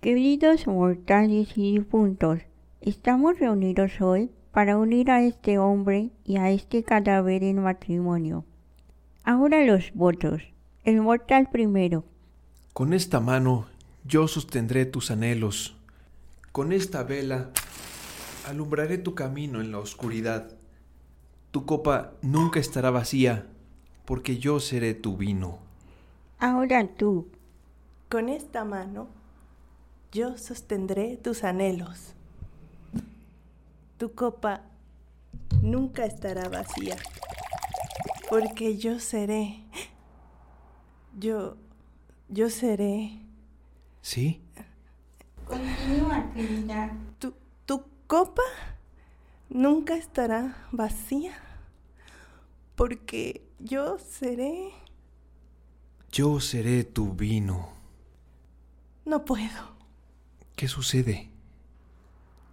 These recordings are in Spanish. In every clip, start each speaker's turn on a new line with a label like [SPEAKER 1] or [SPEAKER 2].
[SPEAKER 1] Queridos mortales y difuntos, estamos reunidos hoy para unir a este hombre y a este cadáver en matrimonio. Ahora los votos. El mortal primero.
[SPEAKER 2] Con esta mano yo sostendré tus anhelos. Con esta vela alumbraré tu camino en la oscuridad. Tu copa nunca estará vacía, porque yo seré tu vino.
[SPEAKER 1] Ahora tú.
[SPEAKER 3] Con esta mano yo sostendré tus anhelos. Tu copa nunca estará vacía, porque yo seré... Yo... Yo seré...
[SPEAKER 2] ¿Sí?
[SPEAKER 1] Continúa, querida.
[SPEAKER 3] Tu, tu copa nunca estará vacía, porque yo seré...
[SPEAKER 2] Yo seré tu vino.
[SPEAKER 3] No puedo.
[SPEAKER 2] ¿Qué sucede?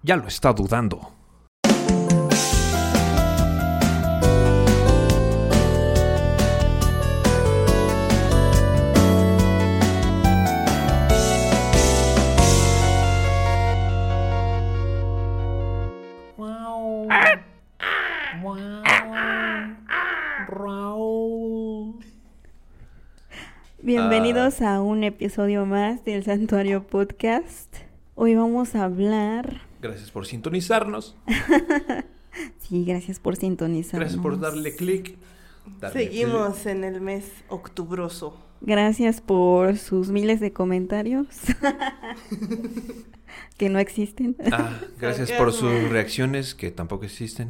[SPEAKER 2] Ya lo está dudando.
[SPEAKER 4] Bienvenidos
[SPEAKER 2] Ah.
[SPEAKER 4] a un episodio más del Santuario Podcast. Hoy vamos a hablar.
[SPEAKER 2] Gracias por sintonizarnos.
[SPEAKER 4] Sí, gracias por sintonizar.
[SPEAKER 2] Gracias por darle clic. darle
[SPEAKER 3] Seguimos en el mes octubroso.
[SPEAKER 4] Gracias por sus miles de comentarios que no existen.
[SPEAKER 2] clic. Ah, gracias por sus reacciones que tampoco existen.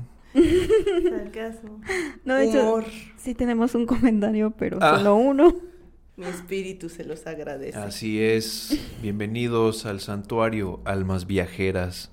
[SPEAKER 3] Sarcasmo.
[SPEAKER 4] No, de hecho,
[SPEAKER 3] Humor.
[SPEAKER 4] sí tenemos un comentario, pero
[SPEAKER 2] Ah.
[SPEAKER 4] solo uno.
[SPEAKER 3] Mi espíritu se los agradece.
[SPEAKER 2] Así es. Bienvenidos al santuario Almas Viajeras.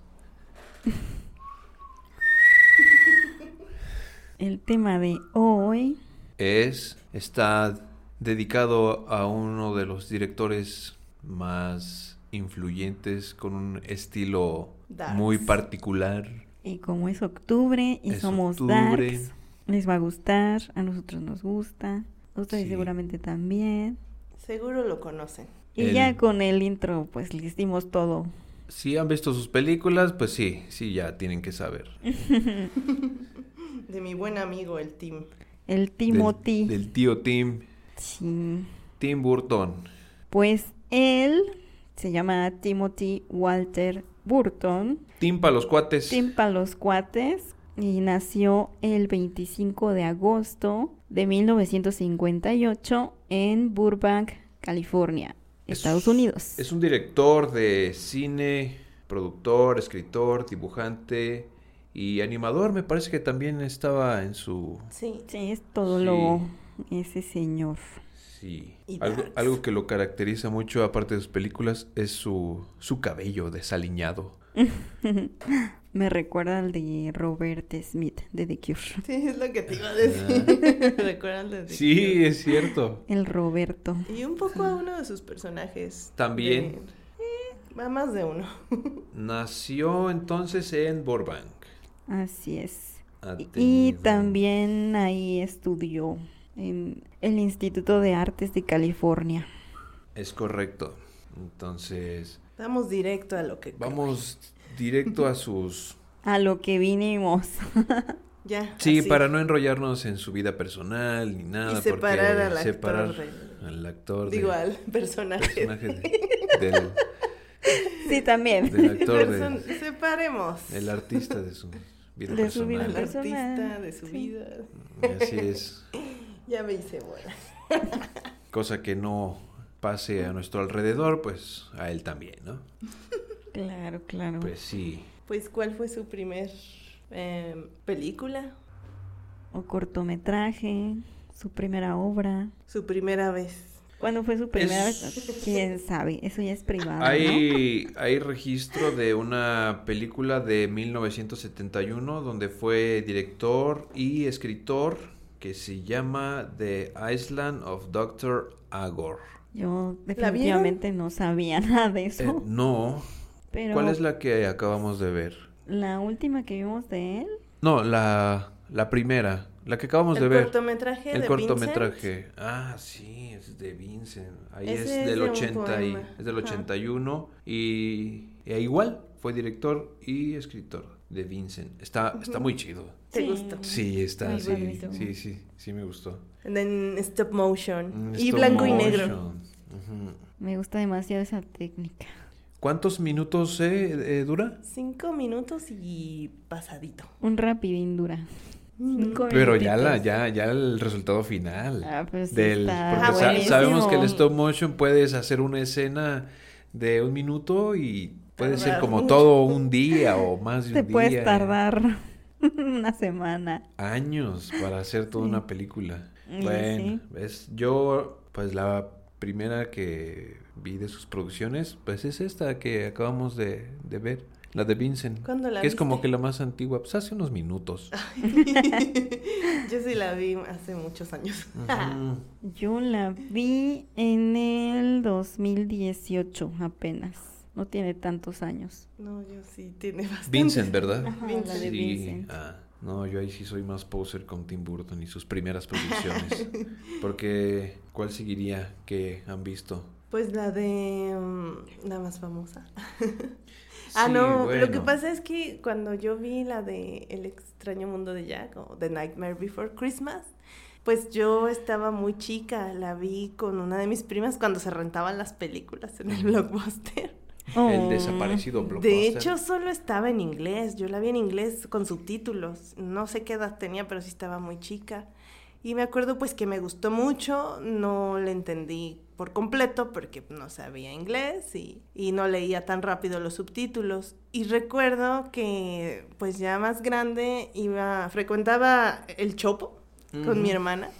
[SPEAKER 4] El tema de hoy.
[SPEAKER 2] Es está dedicado a uno de los directores más influyentes con un estilo
[SPEAKER 3] Darks.
[SPEAKER 2] muy particular.
[SPEAKER 4] Y como es octubre y
[SPEAKER 2] Es
[SPEAKER 4] somos
[SPEAKER 2] octubre.
[SPEAKER 4] darks, les va a gustar. A nosotros nos gusta. a Ustedes
[SPEAKER 2] Sí.
[SPEAKER 4] seguramente también.
[SPEAKER 3] Seguro lo conocen.
[SPEAKER 4] Y
[SPEAKER 2] El-
[SPEAKER 4] ya con el intro, pues les dimos todo.
[SPEAKER 2] Si han visto sus películas, pues sí, sí ya tienen que saber.
[SPEAKER 3] De mi buen amigo, el Tim.
[SPEAKER 4] El
[SPEAKER 2] Del-
[SPEAKER 4] Timothy.
[SPEAKER 2] Del, tío Tim,
[SPEAKER 4] Sí.
[SPEAKER 2] Tim Burton.
[SPEAKER 4] Pues él se llama Timothy Walter Burton,
[SPEAKER 2] Tim para los cuates.
[SPEAKER 4] Tim para los cuates, y nació el 25 de agosto de 1958 en Burbank, California,
[SPEAKER 2] Es-
[SPEAKER 4] Estados Unidos.
[SPEAKER 2] Es un director de cine, productor, escritor, dibujante y animador. Me parece que también estaba en su...
[SPEAKER 3] Sí.
[SPEAKER 4] Sí, es todo
[SPEAKER 2] Sí.
[SPEAKER 4] lo... ese señor.
[SPEAKER 2] Sí.
[SPEAKER 3] Y
[SPEAKER 2] Algo,
[SPEAKER 3] darks.
[SPEAKER 2] algo que lo caracteriza mucho, aparte de sus películas, es su, su cabello desaliñado.
[SPEAKER 4] Me recuerda al de Robert Smith de The Cure.
[SPEAKER 3] Sí, es lo que te iba a decir. ¿Recuerdan desde
[SPEAKER 2] Ah. Sí, es cierto.
[SPEAKER 4] El Roberto.
[SPEAKER 3] que- Y un poco a uno de sus personajes.
[SPEAKER 2] También.
[SPEAKER 3] de- Eh, a más de uno.
[SPEAKER 2] Nació entonces en Burbank.
[SPEAKER 4] Así es.
[SPEAKER 2] Ha
[SPEAKER 4] Y- Y
[SPEAKER 2] tenido-
[SPEAKER 4] también ahí estudió en el Instituto de Artes de California.
[SPEAKER 2] Es correcto. Entonces,
[SPEAKER 3] Vamos directo a lo que.
[SPEAKER 2] vamos directo a sus...
[SPEAKER 4] A lo que vinimos.
[SPEAKER 3] Ya.
[SPEAKER 2] Sí,
[SPEAKER 3] así.
[SPEAKER 2] para no enrollarnos en su vida personal ni nada.
[SPEAKER 3] Y separar
[SPEAKER 2] porque
[SPEAKER 3] al actor
[SPEAKER 2] separar
[SPEAKER 3] del-
[SPEAKER 2] al actor del
[SPEAKER 3] Digo al personaje.
[SPEAKER 2] personaje de- del,
[SPEAKER 4] Sí, también.
[SPEAKER 2] del actor, de-
[SPEAKER 3] Person- Separemos.
[SPEAKER 2] del artista de su vida
[SPEAKER 4] De su vida
[SPEAKER 2] personal.
[SPEAKER 3] Al artista
[SPEAKER 4] Personal,
[SPEAKER 3] de su
[SPEAKER 4] sí.
[SPEAKER 3] vida.
[SPEAKER 2] Así es.
[SPEAKER 3] Ya me hice bola.
[SPEAKER 2] Cosa que no pase a nuestro alrededor, pues a él también, ¿no?
[SPEAKER 4] Claro, claro.
[SPEAKER 2] Pues sí.
[SPEAKER 3] Pues, ¿cuál fue su primer em, película?
[SPEAKER 4] O cortometraje, su primera obra.
[SPEAKER 3] Su primera vez.
[SPEAKER 4] ¿Cuándo fue su primera
[SPEAKER 2] Es-
[SPEAKER 4] vez? ¿Quién sabe? Eso ya es privado, ¿no?
[SPEAKER 3] Ah,
[SPEAKER 2] Hay, hay registro de una película de 1971 donde fue director y escritor que se llama The Island of Dr. Agor.
[SPEAKER 4] Yo
[SPEAKER 3] ¿La vieron?
[SPEAKER 4] definitivamente no sabía nada de eso.
[SPEAKER 2] Eh, no,
[SPEAKER 4] pero
[SPEAKER 2] ¿cuál
[SPEAKER 4] la...
[SPEAKER 2] es la que acabamos de ver?
[SPEAKER 4] última que vimos de él,
[SPEAKER 2] No, la, la primera, La que acabamos de
[SPEAKER 3] el
[SPEAKER 2] ver.
[SPEAKER 3] cortometraje
[SPEAKER 2] el
[SPEAKER 3] de
[SPEAKER 2] cortometraje. Ah, sí, es de Vincent. Ahí es,
[SPEAKER 3] Ese es
[SPEAKER 2] del
[SPEAKER 3] de un
[SPEAKER 2] 80 y,
[SPEAKER 3] poema.
[SPEAKER 2] es del
[SPEAKER 3] Ajá.
[SPEAKER 2] 81 y, y igual fue director y escritor de Vincent. Está está muy chido.
[SPEAKER 3] Vincent. ¿Te
[SPEAKER 4] Sí.
[SPEAKER 3] gustó?
[SPEAKER 2] Sí, está
[SPEAKER 4] Muy
[SPEAKER 2] sí,
[SPEAKER 4] bonito.
[SPEAKER 2] sí, sí, sí me gustó.
[SPEAKER 3] En stop motion.
[SPEAKER 2] Mm,
[SPEAKER 3] y
[SPEAKER 2] stop
[SPEAKER 3] blanco y
[SPEAKER 2] motion.
[SPEAKER 3] negro.
[SPEAKER 2] Ujú.
[SPEAKER 4] Me gusta demasiado esa técnica.
[SPEAKER 2] ¿Cuántos minutos eh, eh, dura?
[SPEAKER 3] Cinco minutos y pasadito.
[SPEAKER 4] Un rapidín dura. Cinco
[SPEAKER 2] Pero ya la
[SPEAKER 4] minutitos.
[SPEAKER 2] ya ya el resultado final.
[SPEAKER 4] Ah, pero sí
[SPEAKER 2] del,
[SPEAKER 4] está
[SPEAKER 2] porque
[SPEAKER 3] Ah,
[SPEAKER 2] sa-
[SPEAKER 3] buenísimo.
[SPEAKER 2] sabemos que el stop motion puedes hacer una escena de un minuto y puede ser
[SPEAKER 3] Tardar
[SPEAKER 2] como
[SPEAKER 3] mucho.
[SPEAKER 2] todo un día o más de
[SPEAKER 4] Te
[SPEAKER 2] un día.
[SPEAKER 4] puedes tardar una semana.
[SPEAKER 2] Años para hacer toda una película.
[SPEAKER 4] Sí,
[SPEAKER 2] bueno,
[SPEAKER 4] sí.
[SPEAKER 2] ves, yo pues la primera que vi de sus producciones pues es esta que acabamos de, de ver, la de Vincent.
[SPEAKER 3] ¿Cuándo la
[SPEAKER 2] que es como
[SPEAKER 3] viste?
[SPEAKER 2] que la más antigua, pues hace unos minutos.
[SPEAKER 3] Yo sí la vi hace muchos años.
[SPEAKER 2] Ujú.
[SPEAKER 4] Yo la vi en el 2018 apenas. No tiene tantos años.
[SPEAKER 3] No, yo sí, tiene bastante.
[SPEAKER 2] Vincent, ¿verdad?
[SPEAKER 4] Ajá,
[SPEAKER 3] Vincent.
[SPEAKER 4] la de
[SPEAKER 2] sí.
[SPEAKER 4] Vincent.
[SPEAKER 2] Ah, no, yo ahí sí soy más poser con Tim Burton y sus primeras producciones. Porque, ¿cuál seguiría que han visto?
[SPEAKER 3] Pues la de... mm, La más famosa. ah,
[SPEAKER 2] Sí,
[SPEAKER 3] no, lo que
[SPEAKER 2] bueno.
[SPEAKER 3] pasa es que cuando yo vi la de El extraño mundo de Jack o The Nightmare Before Christmas, pues yo estaba muy chica, la vi con una de mis primas cuando se rentaban las películas en el blockbuster.
[SPEAKER 4] Oh.
[SPEAKER 2] El desaparecido blockbuster.
[SPEAKER 3] De hecho, solo estaba en inglés. Yo la vi en inglés con subtítulos. No sé qué edad tenía, pero sí estaba muy chica. Y me acuerdo pues que me gustó mucho, no le entendí por completo porque no sabía inglés y, y no leía tan rápido los subtítulos. Y recuerdo que pues ya más grande iba, frecuentaba el Chopo con mi
[SPEAKER 2] Ujú.
[SPEAKER 3] hermana.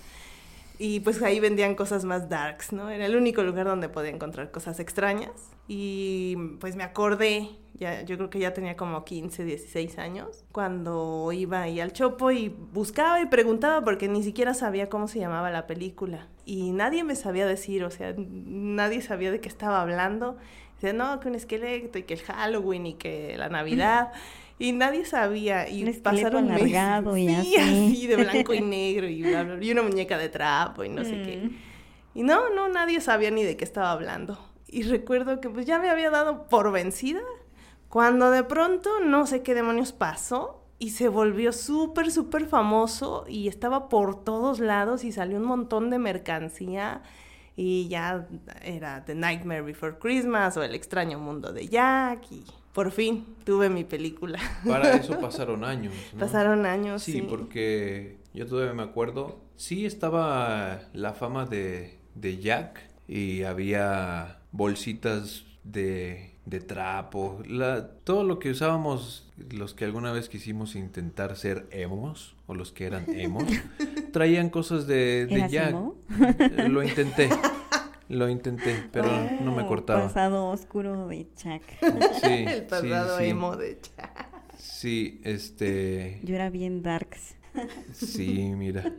[SPEAKER 3] Y pues ahí vendían cosas más darks, ¿no? Era el único lugar donde podía encontrar cosas extrañas. Y pues me acordé, ya, yo creo que ya tenía como 15, 16 años, cuando iba ahí al Chopo y buscaba y preguntaba porque ni siquiera sabía cómo se llamaba la película. Y nadie me sabía decir, o sea, nadie sabía de qué estaba hablando. Dice, no, que un esqueleto y que el Halloween y que la Navidad. Y nadie sabía. Y
[SPEAKER 4] Un esqueleto
[SPEAKER 3] pasaron meses.
[SPEAKER 4] alargado y así.
[SPEAKER 3] Sí, así, de blanco y negro y bla, bla, bla, y una muñeca de trapo y no sé qué.
[SPEAKER 4] Mm.
[SPEAKER 3] Y no, no, nadie sabía ni de qué estaba hablando. Y recuerdo que pues ya me había dado por vencida cuando de pronto no sé qué demonios pasó y se volvió súper, súper famoso y estaba por todos lados y salió un montón de mercancía y ya era The Nightmare Before Christmas o El extraño mundo de Jack y por fin tuve mi película.
[SPEAKER 2] Para eso pasaron años. ¿no?
[SPEAKER 3] Pasaron años.
[SPEAKER 2] Sí, porque yo todavía me acuerdo. Sí estaba la fama de, de Jack y había bolsitas de, de trapo. La, todo lo que usábamos, los que alguna vez quisimos intentar ser emos o los que eran emos, traían cosas de, de
[SPEAKER 4] ¿Eras
[SPEAKER 2] Jack. Eh,
[SPEAKER 4] emo?
[SPEAKER 2] Lo intenté. Lo intenté, pero no me
[SPEAKER 4] Oh,
[SPEAKER 2] cortaba.
[SPEAKER 4] Pasado oscuro de Chuck.
[SPEAKER 2] Sí,
[SPEAKER 3] El pasado
[SPEAKER 2] sí, sí.
[SPEAKER 3] emo de Jack.
[SPEAKER 2] Sí, este.
[SPEAKER 4] Yo era bien darks.
[SPEAKER 2] Sí, mira.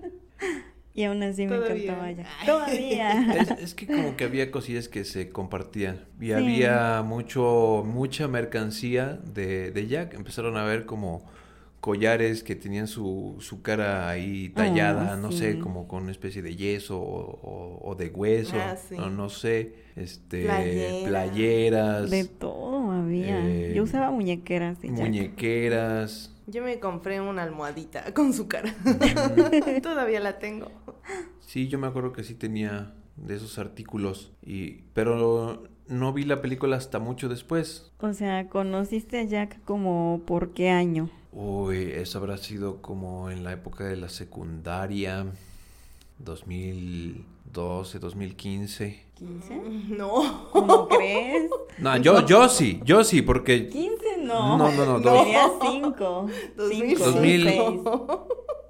[SPEAKER 4] Y aún así me
[SPEAKER 3] Todavía.
[SPEAKER 4] encantaba ya.
[SPEAKER 3] Ay.
[SPEAKER 4] Todavía.
[SPEAKER 2] Es, es que como que había cosillas que se compartían y
[SPEAKER 4] Sí.
[SPEAKER 2] había mucho mucha mercancía de, de Jack. Empezaron a ver como collares que tenían su, su cara ahí tallada,
[SPEAKER 4] Ah,
[SPEAKER 2] no
[SPEAKER 4] sí.
[SPEAKER 2] sé, como con una especie de yeso o, o- o de hueso,
[SPEAKER 3] Ah, sí.
[SPEAKER 2] no, no sé, este,
[SPEAKER 3] Playera.
[SPEAKER 2] playeras,
[SPEAKER 4] De todo había.
[SPEAKER 2] Eh,
[SPEAKER 4] Yo usaba muñequeras de Jack.
[SPEAKER 2] muñequeras.
[SPEAKER 3] Yo me compré una almohadita con su cara. Todavía la tengo.
[SPEAKER 2] Sí, yo me acuerdo que sí tenía de esos artículos, y, pero no vi la película hasta mucho después.
[SPEAKER 4] O sea, conociste a Jack como por qué año.
[SPEAKER 2] Uy, eso habrá sido como en la época de la secundaria, 2012, 2015.
[SPEAKER 3] ¿Eh? Mm.
[SPEAKER 4] ¿15?
[SPEAKER 3] No.
[SPEAKER 4] ¿Cómo crees?
[SPEAKER 2] No, yo, yo sí, yo sí, porque...
[SPEAKER 4] 15 no.
[SPEAKER 2] No, no, no,
[SPEAKER 3] dos-
[SPEAKER 4] Tenía 5.
[SPEAKER 3] 2005.
[SPEAKER 2] 2005.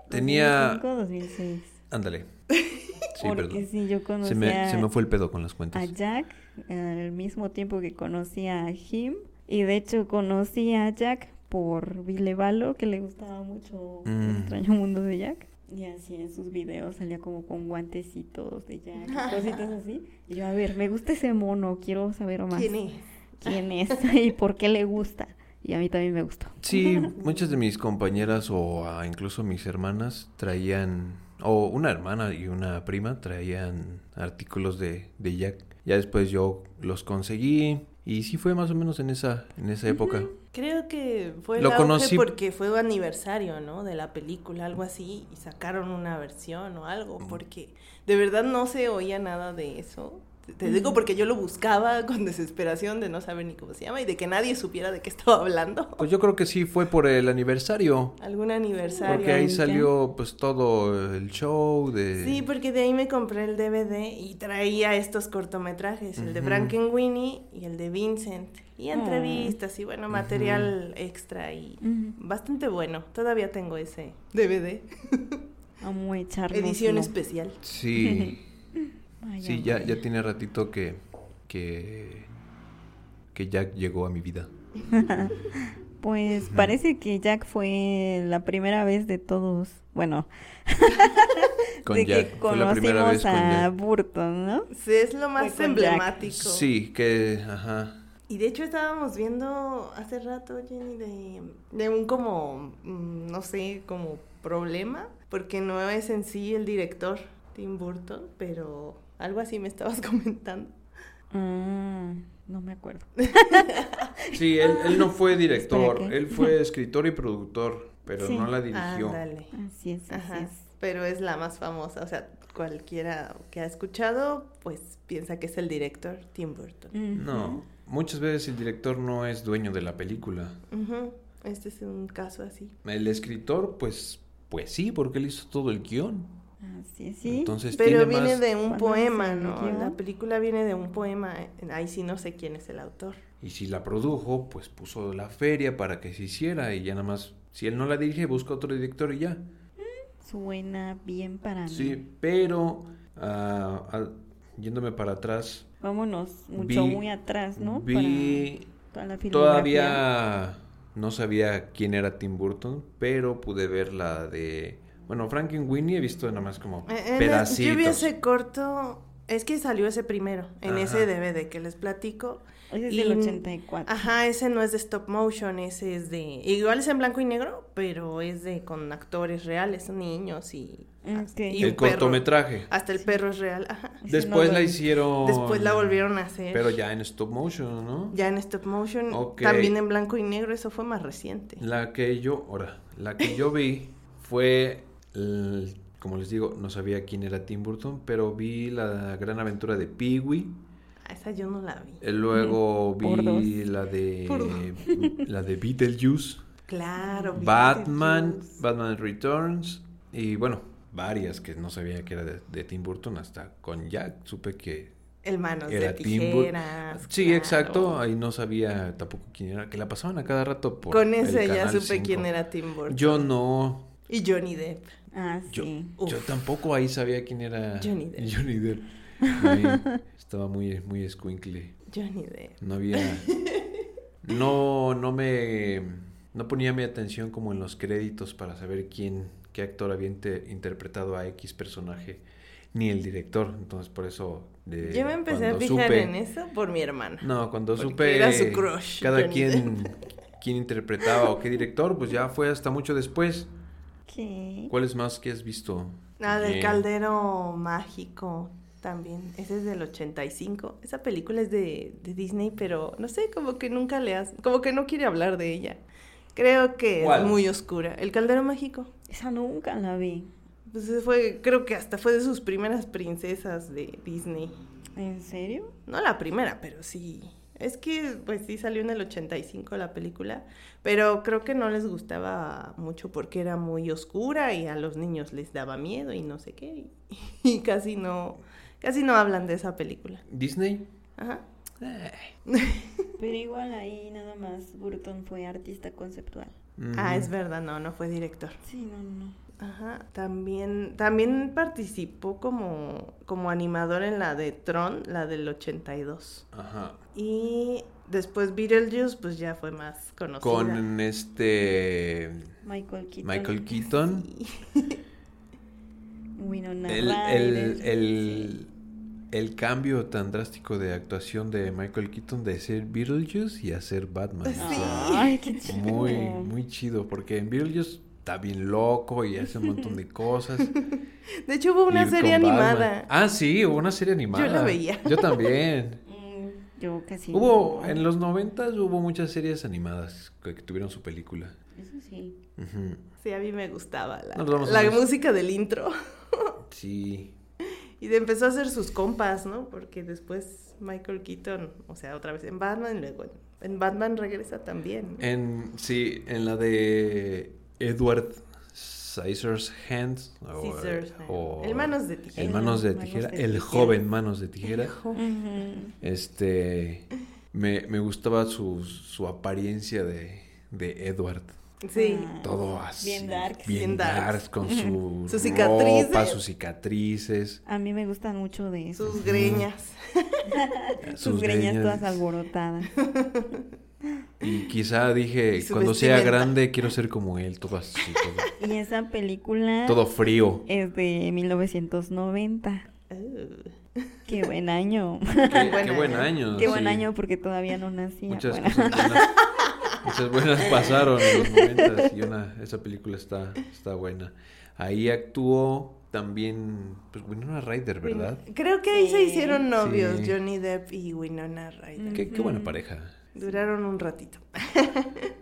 [SPEAKER 2] Tenía...
[SPEAKER 4] 2005, 2006.
[SPEAKER 2] Ándale. Sí,
[SPEAKER 4] Porque
[SPEAKER 2] perdón.
[SPEAKER 4] sí, yo
[SPEAKER 2] Se
[SPEAKER 4] conocía
[SPEAKER 2] me, se me fue el pedo con las cuentas.
[SPEAKER 4] a Jack al mismo tiempo que conocía a Jim. Y de hecho conocí a Jack por Vilevalo, que le gustaba mucho
[SPEAKER 2] Mm.
[SPEAKER 4] el extraño mundo de Jack. Y así en sus videos salía como con guantecitos de Jack, y cositas así. Y yo, a ver, me gusta ese mono, quiero saber más.
[SPEAKER 3] ¿Quién es?
[SPEAKER 4] ¿Quién es? ¿Y por qué le gusta? Y a mí también me gustó.
[SPEAKER 2] Sí, muchas de mis compañeras o ah, incluso mis hermanas traían, o una hermana y una prima traían artículos de, de Jack. Ya después yo los conseguí y sí fue más o menos en esa, en esa época.
[SPEAKER 3] Creo que fue el
[SPEAKER 2] Lo
[SPEAKER 3] auge
[SPEAKER 2] conocí-
[SPEAKER 3] porque fue un aniversario, ¿no? De la película, algo así, y sacaron una versión o
[SPEAKER 2] Mm.
[SPEAKER 3] algo, porque de verdad no se oía nada de eso. Te- Te digo porque yo lo buscaba con desesperación de no saber ni cómo se llama y de que nadie supiera de qué estaba hablando.
[SPEAKER 2] Pues yo creo que sí fue por el aniversario.
[SPEAKER 3] Algún aniversario.
[SPEAKER 2] Porque ahí
[SPEAKER 4] ya.
[SPEAKER 2] salió pues todo el show de...
[SPEAKER 3] Sí,
[SPEAKER 4] pues,
[SPEAKER 3] porque de ahí me compré el DVD y traía estos cortometrajes, el de
[SPEAKER 2] Ujú.
[SPEAKER 3] Frankenweenie y el de Vincent. Y
[SPEAKER 4] Ah.
[SPEAKER 3] entrevistas y bueno, material extra y
[SPEAKER 4] Ujú.
[SPEAKER 3] bastante bueno. Todavía tengo ese DVD.
[SPEAKER 4] Vamos a echarnos.
[SPEAKER 3] Edición
[SPEAKER 4] uno.
[SPEAKER 3] especial.
[SPEAKER 2] Sí,
[SPEAKER 4] Ay,
[SPEAKER 2] sí, ya, ya tiene ratito que, que, que Jack llegó a mi vida.
[SPEAKER 4] Pues parece que Jack fue la primera vez de todos. Bueno,
[SPEAKER 2] Con
[SPEAKER 4] de
[SPEAKER 2] Jack,
[SPEAKER 4] que
[SPEAKER 2] fue la primera
[SPEAKER 4] conocimos
[SPEAKER 2] vez con
[SPEAKER 4] a
[SPEAKER 2] Jack.
[SPEAKER 4] Burton, ¿no?
[SPEAKER 3] Sí, es lo más
[SPEAKER 4] con Jack.
[SPEAKER 3] emblemático.
[SPEAKER 2] Sí, que, ajá,
[SPEAKER 3] Y de hecho estábamos viendo hace rato, Jenny, de, de un como, mm, no sé, como problema, porque no es en sí el director Tim Burton, pero algo así me estabas comentando.
[SPEAKER 4] Ah, no me acuerdo.
[SPEAKER 2] Sí, él, él no fue director,
[SPEAKER 4] Espera, ¿qué?
[SPEAKER 2] él fue escritor y productor, pero
[SPEAKER 4] Sí.
[SPEAKER 2] no la dirigió.
[SPEAKER 3] Ándale.
[SPEAKER 4] Así es, así
[SPEAKER 3] Ajá.
[SPEAKER 4] es.
[SPEAKER 3] Pero es la más famosa, o sea, cualquiera que ha escuchado, pues piensa que es el director Tim Burton.
[SPEAKER 2] No, muchas veces el director no es dueño de la película.
[SPEAKER 3] Ujú, Este es un caso así.
[SPEAKER 2] El escritor, pues, pues sí, porque él hizo todo el guión.
[SPEAKER 4] Ujú. Así es, sí.
[SPEAKER 2] Entonces
[SPEAKER 3] Pero
[SPEAKER 2] Pues tiene
[SPEAKER 3] viene
[SPEAKER 2] más...
[SPEAKER 3] de un
[SPEAKER 4] cuando dice
[SPEAKER 3] poema,
[SPEAKER 4] el
[SPEAKER 3] ¿no?
[SPEAKER 4] guión.
[SPEAKER 3] La película viene de un poema. Ahí sí no sé quién es el autor.
[SPEAKER 2] Y si la produjo, pues puso la feria para que se hiciera y ya nada más... Si él no la dirige, busca otro director y ya.
[SPEAKER 4] Suena bien para mí.
[SPEAKER 2] Sí, pero... ah, ah, yéndome para atrás,
[SPEAKER 4] Vámonos mucho
[SPEAKER 2] Vi-
[SPEAKER 4] muy atrás,
[SPEAKER 3] Pues
[SPEAKER 4] ¿no?
[SPEAKER 2] vi...
[SPEAKER 4] Para toda la filmografía.
[SPEAKER 2] Todavía no sabía quién era Tim Burton, pero pude ver la de. Bueno, Frankenweenie he visto nada más como
[SPEAKER 3] Eh, en es-
[SPEAKER 2] pedacitos.
[SPEAKER 3] Yo vi ese corto. Es que salió ese primero, en
[SPEAKER 2] Ajá.
[SPEAKER 3] ese DVD que les platico.
[SPEAKER 4] Ese es
[SPEAKER 3] Y-
[SPEAKER 4] del 84.
[SPEAKER 3] Ajá, ese no es de stop motion, ese es de... Igual es en blanco y negro, pero es de con actores reales, niños y...
[SPEAKER 4] Ok.
[SPEAKER 3] y
[SPEAKER 2] el
[SPEAKER 3] un perro. Ah,
[SPEAKER 2] cortometraje.
[SPEAKER 3] Hasta el perro es real, ajá.
[SPEAKER 4] Ese
[SPEAKER 2] Después
[SPEAKER 4] no
[SPEAKER 2] la
[SPEAKER 4] lo-
[SPEAKER 2] hicieron.
[SPEAKER 3] Después la volvieron a hacer.
[SPEAKER 2] Pero ya en stop motion, ¿no?
[SPEAKER 3] Ya en stop motion,
[SPEAKER 2] Ok.
[SPEAKER 3] también en blanco y negro, eso fue más reciente.
[SPEAKER 2] La que yo. Ahora, la que yo vi fue. el- como les digo, no sabía quién era Tim Burton, pero vi la gran aventura de Pee-Wee.
[SPEAKER 3] Ah, Esa yo no la vi.
[SPEAKER 2] eh, Luego
[SPEAKER 4] Por dos.
[SPEAKER 2] vi la
[SPEAKER 3] Por
[SPEAKER 2] de. La de Beetlejuice.
[SPEAKER 3] Claro.
[SPEAKER 2] Batman,
[SPEAKER 3] Beetlejuice.
[SPEAKER 2] Batman Returns y bueno, varias que no sabía que era de, de Tim Burton hasta con Jack supe que
[SPEAKER 3] Hermanos de
[SPEAKER 2] era Tim Burton.
[SPEAKER 3] tijeras.
[SPEAKER 2] Sí,
[SPEAKER 3] Pues claro.
[SPEAKER 2] exacto, ahí no sabía tampoco quién era, que la pasaban a cada rato por
[SPEAKER 3] Con
[SPEAKER 2] el
[SPEAKER 3] ese ya
[SPEAKER 2] Canal
[SPEAKER 3] supe
[SPEAKER 2] 5.
[SPEAKER 3] quién era Tim Burton.
[SPEAKER 2] Yo no,
[SPEAKER 3] Y Johnny Depp.
[SPEAKER 4] Ah,
[SPEAKER 2] yo,
[SPEAKER 4] sí.
[SPEAKER 2] yo
[SPEAKER 3] Uf.
[SPEAKER 2] tampoco ahí sabía quién era
[SPEAKER 3] Johnny Depp.
[SPEAKER 2] Johnny Depp. Ahí estaba muy muy escuincle.
[SPEAKER 3] Johnny Depp.
[SPEAKER 2] No había. No, no me. No ponía mi atención como en los créditos para saber quién, qué actor había inte- interpretado a X personaje, ni el director. Entonces, por eso. de-
[SPEAKER 3] Yo me empecé a
[SPEAKER 2] cuando
[SPEAKER 3] fijar
[SPEAKER 2] supe-
[SPEAKER 3] en eso por mi hermana.
[SPEAKER 2] No, cuando
[SPEAKER 3] porque
[SPEAKER 2] supe.
[SPEAKER 3] era su crush,
[SPEAKER 2] Cada
[SPEAKER 3] Johnny
[SPEAKER 2] quien, quién interpretaba o qué director, pues ya fue hasta mucho después.
[SPEAKER 4] Ok.
[SPEAKER 2] ¿Cuáles más que has visto?
[SPEAKER 3] Ah, del
[SPEAKER 2] Bien.
[SPEAKER 3] Caldero Mágico también. Ese es del 85. Esa película es de, de Disney, pero no sé, como que nunca le has- Como que no quiere hablar de ella. Creo que
[SPEAKER 2] ¿Cuál?
[SPEAKER 3] es muy oscura. El Caldero Mágico.
[SPEAKER 4] Esa nunca la vi.
[SPEAKER 3] Pues ese fue, creo que hasta fue de sus primeras princesas de Disney.
[SPEAKER 4] ¿En serio?
[SPEAKER 3] No la primera, pero sí. Es que, pues sí, salió en el 85 la película, pero creo que no les gustaba mucho porque era muy oscura y a los niños les daba miedo y no sé qué. Y, y casi no, casi no hablan de esa película.
[SPEAKER 2] ¿Disney?
[SPEAKER 3] Ajá.
[SPEAKER 2] Eh,
[SPEAKER 4] Pero igual ahí nada más Burton fue artista conceptual.
[SPEAKER 3] Ah,
[SPEAKER 2] ujú.
[SPEAKER 3] es verdad, no, no fue director.
[SPEAKER 4] Sí, no, no, no.
[SPEAKER 3] Ajá. También, también participó como, como animador en la de Tron, la del 82.
[SPEAKER 2] Ajá.
[SPEAKER 3] Y después Beetlejuice, pues ya fue más conocida.
[SPEAKER 2] Con este.
[SPEAKER 4] Michael Keaton.
[SPEAKER 2] Michael Keaton.
[SPEAKER 3] Sí.
[SPEAKER 4] Winona
[SPEAKER 2] El,
[SPEAKER 4] Ryder.
[SPEAKER 2] el, el, El cambio tan drástico de actuación de Michael Keaton de ser Beetlejuice y a ser Batman.
[SPEAKER 3] Sí.
[SPEAKER 2] O sea,
[SPEAKER 4] Ay, qué chido.
[SPEAKER 2] Ah. Muy, muy chido, porque en Beetlejuice está bien loco y hace un montón de cosas.
[SPEAKER 3] De hecho, hubo una
[SPEAKER 2] Y
[SPEAKER 3] serie
[SPEAKER 2] con Batman.
[SPEAKER 3] animada.
[SPEAKER 2] Ah, sí, hubo una serie animada.
[SPEAKER 3] Yo la veía.
[SPEAKER 2] Yo también.
[SPEAKER 4] Mm, Yo casi.
[SPEAKER 2] hubo,
[SPEAKER 4] no.
[SPEAKER 2] en los noventas hubo muchas series animadas que, que tuvieron su película.
[SPEAKER 4] Eso sí.
[SPEAKER 2] Ujú.
[SPEAKER 3] Sí, a mí me gustaba la,
[SPEAKER 2] Nos vamos a
[SPEAKER 3] la
[SPEAKER 2] ver.
[SPEAKER 3] música del intro.
[SPEAKER 2] Sí.
[SPEAKER 3] Y de- empezó a hacer sus compas, ¿no? Porque después Michael Keaton, o sea, otra vez en Batman, luego en, en Batman regresa también. ¿no?
[SPEAKER 2] En, sí, en la de Edward Scissors Hands. o-
[SPEAKER 3] Scissorhands.
[SPEAKER 2] o-
[SPEAKER 3] El Manos de Tijera.
[SPEAKER 2] El Oh. Manos de
[SPEAKER 4] Manos de
[SPEAKER 2] Tijera. El
[SPEAKER 4] Tijera.
[SPEAKER 2] joven Manos de Tijera.
[SPEAKER 4] Ujú.
[SPEAKER 2] Este. Me, me gustaba su, su apariencia de, de Edward.
[SPEAKER 3] Sí.
[SPEAKER 4] Ah.
[SPEAKER 2] Todo así.
[SPEAKER 4] Bien darks.
[SPEAKER 2] Bien
[SPEAKER 3] Bien
[SPEAKER 2] darks,
[SPEAKER 3] darks.
[SPEAKER 2] con su
[SPEAKER 3] Sus
[SPEAKER 2] ropa,
[SPEAKER 3] cicatrices.
[SPEAKER 2] sus cicatrices,
[SPEAKER 4] A mí me gustan mucho de eso.
[SPEAKER 3] Sus greñas.
[SPEAKER 4] Sus,
[SPEAKER 2] sus
[SPEAKER 4] greñas,
[SPEAKER 2] greñas.
[SPEAKER 4] todas alborotadas.
[SPEAKER 2] Y quizá dije,
[SPEAKER 3] Y su
[SPEAKER 2] cuando sea
[SPEAKER 3] vestimenta.
[SPEAKER 2] grande quiero ser como él, todo así, todo,
[SPEAKER 4] Y esa película
[SPEAKER 2] todo frío.
[SPEAKER 4] es de 1990.
[SPEAKER 3] Oh.
[SPEAKER 4] Qué buen año.
[SPEAKER 2] Qué,
[SPEAKER 3] buen
[SPEAKER 2] qué buen
[SPEAKER 3] año.
[SPEAKER 2] año.
[SPEAKER 4] Qué buen
[SPEAKER 2] sí.
[SPEAKER 4] año porque todavía no nacía.
[SPEAKER 2] Muchas
[SPEAKER 4] Bueno,
[SPEAKER 2] cosas buenas. Muchas buenas pasaron en los momentos y una, esa película está, está buena. Ahí actuó también, pues Winona Ryder, ¿verdad?
[SPEAKER 3] Creo que ahí se
[SPEAKER 4] Sí.
[SPEAKER 3] hicieron novios
[SPEAKER 2] Sí.
[SPEAKER 3] Johnny Depp y Winona Ryder.
[SPEAKER 2] Qué, qué buena
[SPEAKER 4] Ujú.
[SPEAKER 2] pareja.
[SPEAKER 4] Mm.
[SPEAKER 3] Duraron un ratito.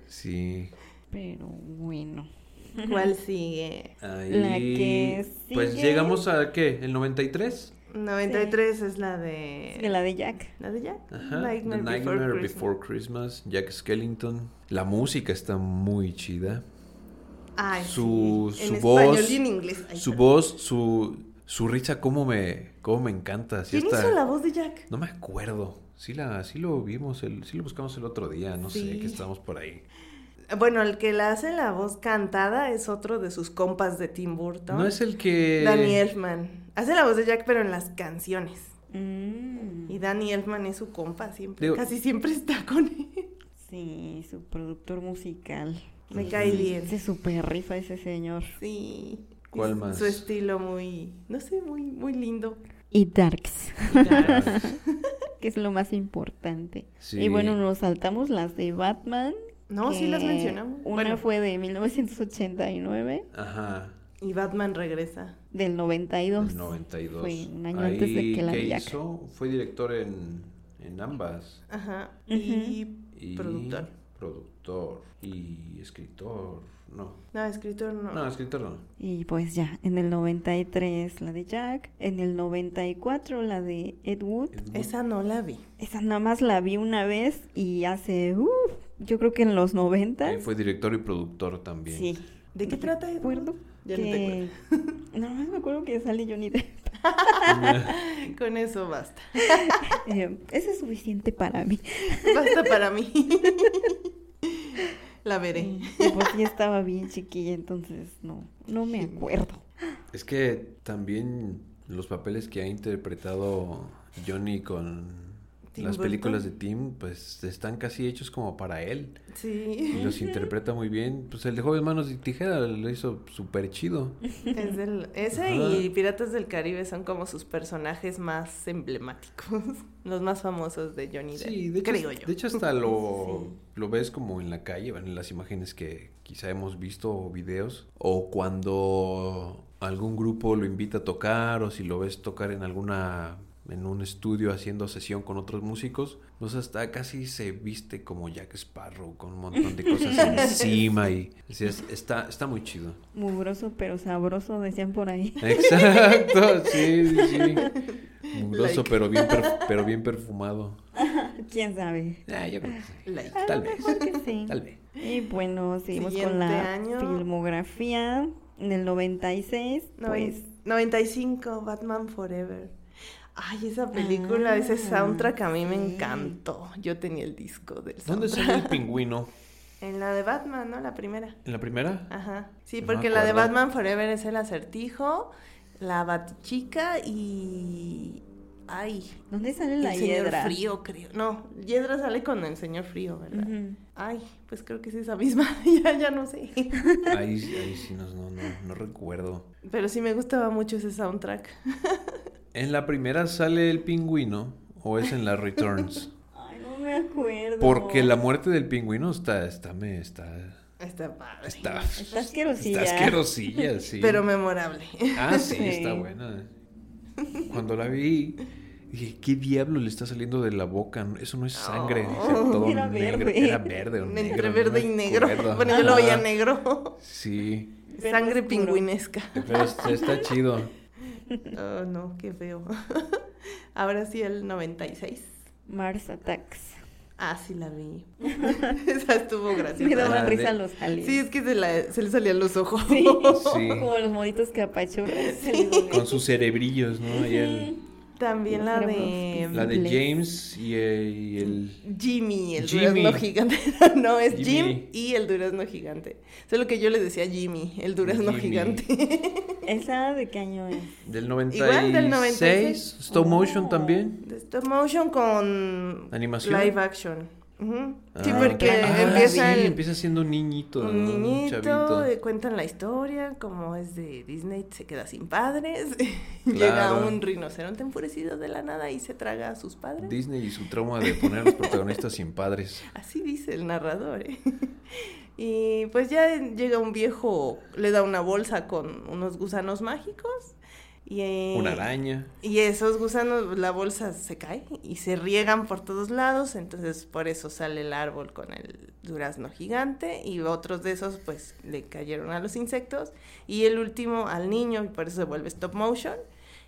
[SPEAKER 2] Sí.
[SPEAKER 4] Pero bueno.
[SPEAKER 3] ¿Cuál sigue?
[SPEAKER 2] Ahí,
[SPEAKER 4] La que
[SPEAKER 2] Pues
[SPEAKER 4] sigue-
[SPEAKER 2] llegamos a, ¿qué? ¿El 93?
[SPEAKER 3] 93 es la de...
[SPEAKER 4] Sí, la de Jack.
[SPEAKER 3] ¿La de Jack?
[SPEAKER 2] Ajá. The Nightmare Before Christmas, Jack Skellington. La música está muy chida.
[SPEAKER 3] Ay,
[SPEAKER 2] Su-
[SPEAKER 3] sí.
[SPEAKER 2] su
[SPEAKER 3] en
[SPEAKER 2] voz,
[SPEAKER 3] Español y en inglés. Ay,
[SPEAKER 2] Su
[SPEAKER 3] perdón.
[SPEAKER 2] voz, su, su risa, cómo me, cómo me encanta. Sí
[SPEAKER 3] ¿Quién
[SPEAKER 2] está-
[SPEAKER 3] hizo la voz de Jack?
[SPEAKER 2] No me acuerdo. Sí, la, sí lo vimos, el, sí lo buscamos el otro día, no sé,
[SPEAKER 3] Sí.
[SPEAKER 2] que estábamos por ahí.
[SPEAKER 3] Bueno, el que la hace la voz cantada es otro de sus compas de Tim Burton.
[SPEAKER 2] No es el que...
[SPEAKER 3] Danny Elfman. Hace la voz de Jack, pero en las canciones.
[SPEAKER 4] Mm,
[SPEAKER 3] Y Danny Elfman es su compa siempre.
[SPEAKER 2] Digo-
[SPEAKER 3] Casi siempre está con él.
[SPEAKER 4] sí, su productor musical.
[SPEAKER 3] Me cae bien.
[SPEAKER 4] Se super rifa ese señor.
[SPEAKER 3] Sí.
[SPEAKER 2] ¿Cuál
[SPEAKER 3] Y
[SPEAKER 2] más?
[SPEAKER 3] Su estilo muy, no sé, muy, muy lindo.
[SPEAKER 4] Y Darks,
[SPEAKER 2] Ah,
[SPEAKER 4] que es lo más importante.
[SPEAKER 2] Sí.
[SPEAKER 4] Y bueno, nos saltamos las de Batman.
[SPEAKER 3] No, sí las
[SPEAKER 4] que
[SPEAKER 3] mencionamos.
[SPEAKER 4] Una
[SPEAKER 3] Bueno,
[SPEAKER 4] fue de 1989,
[SPEAKER 2] Ajá.
[SPEAKER 3] Y Batman regresa.
[SPEAKER 4] del 92.
[SPEAKER 2] el 92.
[SPEAKER 4] Fue un año antes de que la
[SPEAKER 2] ¿qué
[SPEAKER 4] de Jack.
[SPEAKER 2] hizo? Fue director en, en ambas.
[SPEAKER 3] Ajá.
[SPEAKER 4] Ujú.
[SPEAKER 2] Y
[SPEAKER 3] Y productor.
[SPEAKER 2] Productor. Y escritor. No.
[SPEAKER 3] No, escritor no.
[SPEAKER 2] No, escritor no.
[SPEAKER 4] Y pues ya, en el 93 la de Jack, en el 94 la de Ed Wood.
[SPEAKER 2] Ed Wood.
[SPEAKER 3] Esa no la vi.
[SPEAKER 4] Esa nada más la vi una vez y hace, uh, yo creo que en los 90.
[SPEAKER 2] Ahí fue director y productor también.
[SPEAKER 4] Sí.
[SPEAKER 3] ¿De qué
[SPEAKER 4] No
[SPEAKER 3] trata? Ed
[SPEAKER 4] recuerdo
[SPEAKER 3] Wood? Ya no te
[SPEAKER 4] que- Nada más me acuerdo que sale Johnny Depp.
[SPEAKER 3] Con eso basta.
[SPEAKER 4] Eh, eso es suficiente para mí.
[SPEAKER 3] Basta para mí. la veré.
[SPEAKER 4] Y pues sí estaba bien chiquilla, entonces no, no me acuerdo.
[SPEAKER 2] Es que también los papeles que ha interpretado Johnny con
[SPEAKER 3] Tim
[SPEAKER 2] las
[SPEAKER 3] Burton.
[SPEAKER 2] películas de Tim, pues están casi hechos como para él.
[SPEAKER 3] Sí.
[SPEAKER 2] Y los interpreta muy bien. Pues el de Joven Manos de Tijera lo hizo súper chido.
[SPEAKER 3] Es del- ese y Piratas del Caribe son como sus personajes más emblemáticos. Los más famosos de Johnny Depp.
[SPEAKER 2] Sí, de hecho,
[SPEAKER 3] creo yo.
[SPEAKER 2] de hecho hasta lo, lo ves como en la calle, bueno, en las imágenes que quizá hemos visto o videos, o cuando algún grupo lo invita a tocar, o si lo ves tocar en alguna en un estudio haciendo sesión con otros músicos, pues hasta casi se viste como Jack Sparrow, con un montón de cosas encima y así es, está, está muy chido.
[SPEAKER 4] Mugroso pero sabroso, decían por ahí.
[SPEAKER 2] Exacto, sí, sí, sí. Mugroso,
[SPEAKER 3] Like.
[SPEAKER 2] pero, bien perf- pero bien perfumado.
[SPEAKER 4] ¿Quién sabe?
[SPEAKER 2] Ah, yo creo que sí.
[SPEAKER 3] Like.
[SPEAKER 2] Tal vez.
[SPEAKER 4] Porque sí.
[SPEAKER 2] Tal vez.
[SPEAKER 4] Y bueno, seguimos
[SPEAKER 3] Siguiente
[SPEAKER 4] con la
[SPEAKER 3] año.
[SPEAKER 4] filmografía. En el 96,
[SPEAKER 3] Noven-
[SPEAKER 4] pues
[SPEAKER 3] 95, Batman Forever. Ay, esa película, ese
[SPEAKER 4] Ah,
[SPEAKER 3] soundtrack a mí me
[SPEAKER 4] sí.
[SPEAKER 3] encantó. Yo tenía el disco del
[SPEAKER 2] ¿Dónde
[SPEAKER 3] soundtrack.
[SPEAKER 2] sale el pingüino?
[SPEAKER 3] En la de Batman, ¿no? La primera.
[SPEAKER 2] ¿En la primera?
[SPEAKER 3] Ajá.
[SPEAKER 2] Pues
[SPEAKER 3] Sí,
[SPEAKER 2] No me
[SPEAKER 3] porque la de
[SPEAKER 2] acuerdo.
[SPEAKER 3] Batman Forever es el acertijo, la batichica y... Ay,
[SPEAKER 4] ¿dónde sale
[SPEAKER 3] el
[SPEAKER 4] la
[SPEAKER 3] señor
[SPEAKER 4] hiedra?
[SPEAKER 3] frío, creo. No, hiedra sale con el señor frío, ¿verdad?
[SPEAKER 4] Ujú.
[SPEAKER 3] Ay, pues creo que es esa misma. ya, ya no sé.
[SPEAKER 2] Ahí, ahí sí, no, no, no, no recuerdo.
[SPEAKER 3] Pero sí me gustaba mucho ese soundtrack.
[SPEAKER 2] ¿En la primera sale el pingüino o es en la Returns?
[SPEAKER 4] Ay, no me acuerdo.
[SPEAKER 2] Porque la muerte del pingüino está, está, me- está,
[SPEAKER 3] Está padre.
[SPEAKER 2] está,
[SPEAKER 4] Está
[SPEAKER 2] está
[SPEAKER 4] asquerosilla.
[SPEAKER 2] asquerosilla, sí.
[SPEAKER 3] Pero memorable.
[SPEAKER 2] Ah, sí, está
[SPEAKER 4] Sí.
[SPEAKER 2] buena. Cuando la vi, dije, ¿qué diablo le está saliendo de la boca? Eso no es sangre.
[SPEAKER 3] Oh.
[SPEAKER 2] dice, todo
[SPEAKER 4] Era
[SPEAKER 2] negro.
[SPEAKER 4] verde.
[SPEAKER 2] Era verde o negro.
[SPEAKER 3] Entre
[SPEAKER 2] no
[SPEAKER 3] verde y
[SPEAKER 2] me
[SPEAKER 3] negro.
[SPEAKER 2] acuerdo.
[SPEAKER 3] Bueno, yo lo veía
[SPEAKER 2] Ajá.
[SPEAKER 3] negro.
[SPEAKER 2] Sí,
[SPEAKER 4] Verde
[SPEAKER 3] Sangre
[SPEAKER 4] oscuro.
[SPEAKER 3] pingüinesca.
[SPEAKER 2] pero está, está chido.
[SPEAKER 3] Oh, no, qué feo. Ahora sí, el 96.
[SPEAKER 4] Mars Attacks.
[SPEAKER 3] Ah, sí la vi. Esa estuvo
[SPEAKER 4] Me
[SPEAKER 3] graciosa.
[SPEAKER 2] Ah,
[SPEAKER 4] daban
[SPEAKER 2] de-
[SPEAKER 4] risa los aliens.
[SPEAKER 3] Sí, es que se, la- se le salían los ojos.
[SPEAKER 4] Sí.
[SPEAKER 2] Sí.
[SPEAKER 4] Como los monitos que apachurran.
[SPEAKER 2] Con sus cerebrillos, ¿no? Y el-
[SPEAKER 3] También la
[SPEAKER 4] Los
[SPEAKER 3] de
[SPEAKER 4] éramos
[SPEAKER 2] la de
[SPEAKER 4] Inglés.
[SPEAKER 2] James y, eh, y el...
[SPEAKER 3] Jimmy, el
[SPEAKER 2] Jimmy.
[SPEAKER 3] durazno gigante. no, es
[SPEAKER 2] Jimmy.
[SPEAKER 3] Jim y el durazno gigante. Solo que yo le decía Jimmy, el durazno
[SPEAKER 2] Jimmy.
[SPEAKER 3] gigante.
[SPEAKER 4] ¿Esa de qué año es?
[SPEAKER 2] Del
[SPEAKER 3] Igual
[SPEAKER 2] 96.
[SPEAKER 3] del 96.
[SPEAKER 2] Stop motion
[SPEAKER 4] Oh.
[SPEAKER 2] también.
[SPEAKER 3] De stop motion con
[SPEAKER 2] ¿Animación?
[SPEAKER 3] live action. Ujú. sí,
[SPEAKER 2] Ah,
[SPEAKER 3] porque
[SPEAKER 2] ah,
[SPEAKER 3] empieza
[SPEAKER 2] sí,
[SPEAKER 3] el-
[SPEAKER 2] empieza siendo un niñito,
[SPEAKER 3] un
[SPEAKER 2] ¿no?
[SPEAKER 3] niñito,
[SPEAKER 2] chavito.
[SPEAKER 3] eh, cuentan la historia, como es de Disney, se queda sin padres,
[SPEAKER 2] Claro.
[SPEAKER 3] llega un rinoceronte enfurecido de la nada y se traga a sus padres.
[SPEAKER 2] Disney y su trauma de poner a los protagonistas sin padres.
[SPEAKER 3] Así dice el narrador. ¿eh? Y pues ya llega un viejo, le da una bolsa con unos gusanos mágicos. Y, eh,
[SPEAKER 2] Una araña.
[SPEAKER 3] Y esos gusanos, la bolsa se cae y se riegan por todos lados, entonces por eso sale el árbol con el durazno gigante y otros de esos pues le cayeron a los insectos y el último al niño y por eso se vuelve stop motion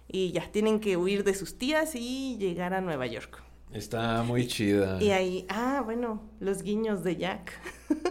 [SPEAKER 3] y ya tienen que huir de sus tías y llegar a Nueva York.
[SPEAKER 2] Está muy chida.
[SPEAKER 3] Y ahí, ah, bueno, los guiños de Jack.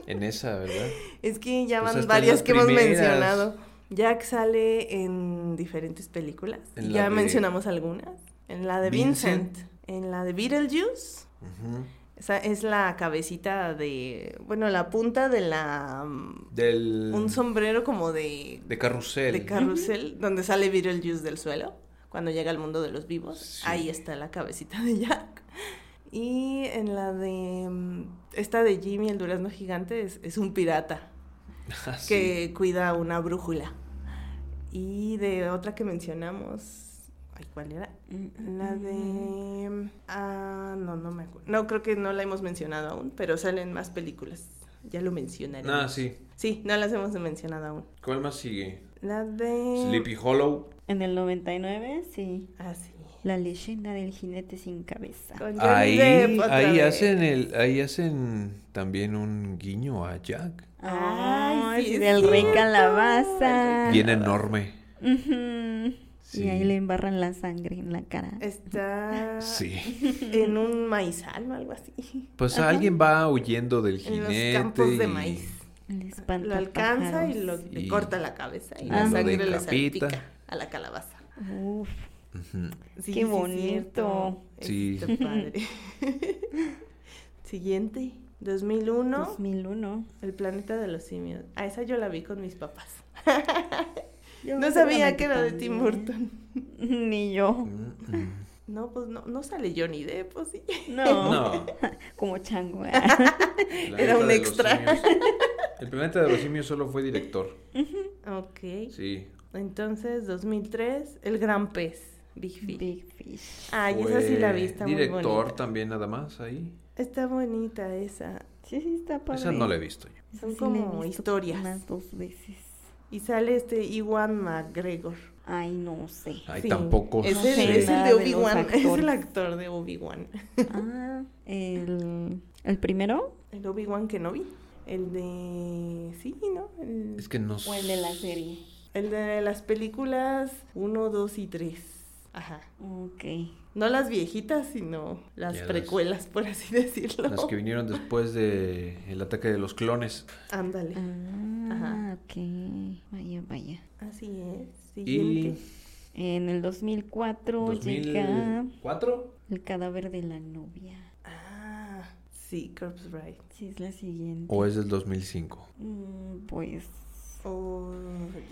[SPEAKER 2] En esa, ¿verdad?
[SPEAKER 3] Es que
[SPEAKER 2] Pues
[SPEAKER 3] ya van
[SPEAKER 2] hasta en
[SPEAKER 3] varias
[SPEAKER 2] las
[SPEAKER 3] que hemos
[SPEAKER 2] primeras.
[SPEAKER 3] mencionado. Jack sale en diferentes películas.
[SPEAKER 2] En la
[SPEAKER 3] ya
[SPEAKER 2] de-
[SPEAKER 3] mencionamos algunas. En la de
[SPEAKER 2] Vincent.
[SPEAKER 3] Vincent. En la de Beetlejuice.
[SPEAKER 2] Ujú.
[SPEAKER 3] Esa es la cabecita de. Bueno, la punta de la. mm,
[SPEAKER 2] Del.
[SPEAKER 3] Un sombrero como de.
[SPEAKER 2] De carrusel.
[SPEAKER 3] De carrusel. Donde sale Beetlejuice del suelo. Cuando llega al mundo de los vivos.
[SPEAKER 2] Sí.
[SPEAKER 3] Ahí está la cabecita de Jack. Y en la de. mm, Esta de Jimmy, el durazno gigante, es- es un pirata
[SPEAKER 2] Ah, sí.
[SPEAKER 3] que cuida una brújula. Y de otra que mencionamos, ay, ¿cuál era? La
[SPEAKER 2] Mm.
[SPEAKER 3] de... Ah, no, no me acuerdo. No, creo que no la hemos mencionado aún, pero salen más películas. Ya lo mencionaré.
[SPEAKER 2] Ah, sí.
[SPEAKER 3] Sí, no las hemos mencionado aún.
[SPEAKER 2] ¿Cuál más sigue?
[SPEAKER 3] La de...
[SPEAKER 2] Sleepy Hollow.
[SPEAKER 4] En el 99, sí.
[SPEAKER 3] Ah, sí.
[SPEAKER 4] La leyenda del jinete sin cabeza.
[SPEAKER 3] Con Johnny
[SPEAKER 2] Ahí,
[SPEAKER 3] Depp otra
[SPEAKER 2] ahí
[SPEAKER 3] vez.
[SPEAKER 2] hacen el, ahí hacen también un guiño a Jack.
[SPEAKER 4] Ay,
[SPEAKER 3] Ay,
[SPEAKER 4] sí,
[SPEAKER 3] sí, es
[SPEAKER 4] del rey
[SPEAKER 3] cierto. Ah.
[SPEAKER 4] calabaza.
[SPEAKER 2] Bien enorme.
[SPEAKER 4] Ujú.
[SPEAKER 2] Sí.
[SPEAKER 4] Y ahí le embarran la sangre en la cara.
[SPEAKER 3] Está
[SPEAKER 2] Sí.
[SPEAKER 3] en un maizal o algo así.
[SPEAKER 2] Pues alguien va huyendo del
[SPEAKER 3] En los
[SPEAKER 2] jinete.
[SPEAKER 3] campos de
[SPEAKER 2] y-
[SPEAKER 3] maíz.
[SPEAKER 4] Le espanta
[SPEAKER 3] Lo alcanza y lo
[SPEAKER 4] pájaros.
[SPEAKER 3] le
[SPEAKER 2] Y-
[SPEAKER 3] corta la cabeza y
[SPEAKER 2] y
[SPEAKER 3] la
[SPEAKER 4] lo
[SPEAKER 3] sangre le
[SPEAKER 2] Ah, decapita.
[SPEAKER 3] salpica a la calabaza.
[SPEAKER 4] Uf.
[SPEAKER 2] Ujú.
[SPEAKER 3] Sí,
[SPEAKER 4] Qué
[SPEAKER 3] sí,
[SPEAKER 4] bonito.
[SPEAKER 3] cierto.
[SPEAKER 2] Sí.
[SPEAKER 3] Está padre. Siguiente, 2001,
[SPEAKER 4] 2001.
[SPEAKER 3] El planeta de los simios. A esa yo la vi con mis papás.
[SPEAKER 4] Yo
[SPEAKER 3] No sabía
[SPEAKER 4] seguramente
[SPEAKER 3] que era de Tim
[SPEAKER 4] también.
[SPEAKER 3] Burton.
[SPEAKER 4] Ni yo.
[SPEAKER 2] Mm, mm.
[SPEAKER 3] No, pues no, no sale Johnny Depp, pues sí.
[SPEAKER 4] No.
[SPEAKER 2] No.
[SPEAKER 4] Como chango. ¿eh?
[SPEAKER 2] El
[SPEAKER 3] Era
[SPEAKER 2] planeta
[SPEAKER 3] un
[SPEAKER 2] de los
[SPEAKER 3] extra.
[SPEAKER 2] simios. El planeta de los simios solo fue director.
[SPEAKER 3] Ok.
[SPEAKER 2] Sí.
[SPEAKER 3] Entonces, 2003, El Gran Pez, Big Fish.
[SPEAKER 4] Big Fish.
[SPEAKER 3] Ay,
[SPEAKER 2] Fue
[SPEAKER 3] esa sí la vi, está muy bonita.
[SPEAKER 2] Director también nada más ahí.
[SPEAKER 3] Está bonita esa.
[SPEAKER 4] Sí, sí, está padre.
[SPEAKER 2] Esa no la he visto yo.
[SPEAKER 4] Esa
[SPEAKER 3] Son
[SPEAKER 4] la he
[SPEAKER 3] como
[SPEAKER 4] visto
[SPEAKER 3] historias.
[SPEAKER 4] Unas dos veces.
[SPEAKER 3] Y sale este Iwan McGregor.
[SPEAKER 4] Ay, no sé.
[SPEAKER 2] Ay,
[SPEAKER 3] Sí.
[SPEAKER 2] tampoco
[SPEAKER 3] Es
[SPEAKER 4] sé
[SPEAKER 3] el, es el
[SPEAKER 4] nada
[SPEAKER 3] de
[SPEAKER 4] de los
[SPEAKER 3] Obi-Wan. Es el
[SPEAKER 4] actores.
[SPEAKER 3] actor de Obi-Wan.
[SPEAKER 4] Ah, el, el primero.
[SPEAKER 3] El Obi-Wan que no vi. El de. Sí, ¿no? El,
[SPEAKER 2] Es que no
[SPEAKER 4] O el de la serie.
[SPEAKER 3] el de las películas 1, 2 y 3. Ajá.
[SPEAKER 4] Ok.
[SPEAKER 3] No las viejitas, sino las
[SPEAKER 2] Ya las-
[SPEAKER 3] precuelas, por así decirlo.
[SPEAKER 2] Las que vinieron después de el ataque de los clones.
[SPEAKER 3] Ándale.
[SPEAKER 4] Ah,
[SPEAKER 3] Ajá.
[SPEAKER 4] ok. Vaya, vaya.
[SPEAKER 3] Así es.
[SPEAKER 2] Y
[SPEAKER 3] Siguiente.
[SPEAKER 4] En el 2004 llega
[SPEAKER 2] ¿2004?
[SPEAKER 4] el cadáver de la novia.
[SPEAKER 3] Ah, sí, Corpse Bride.
[SPEAKER 4] Sí, es la siguiente.
[SPEAKER 2] ¿O Ah, es del 2005?
[SPEAKER 4] Mm, Pues.
[SPEAKER 3] Oh,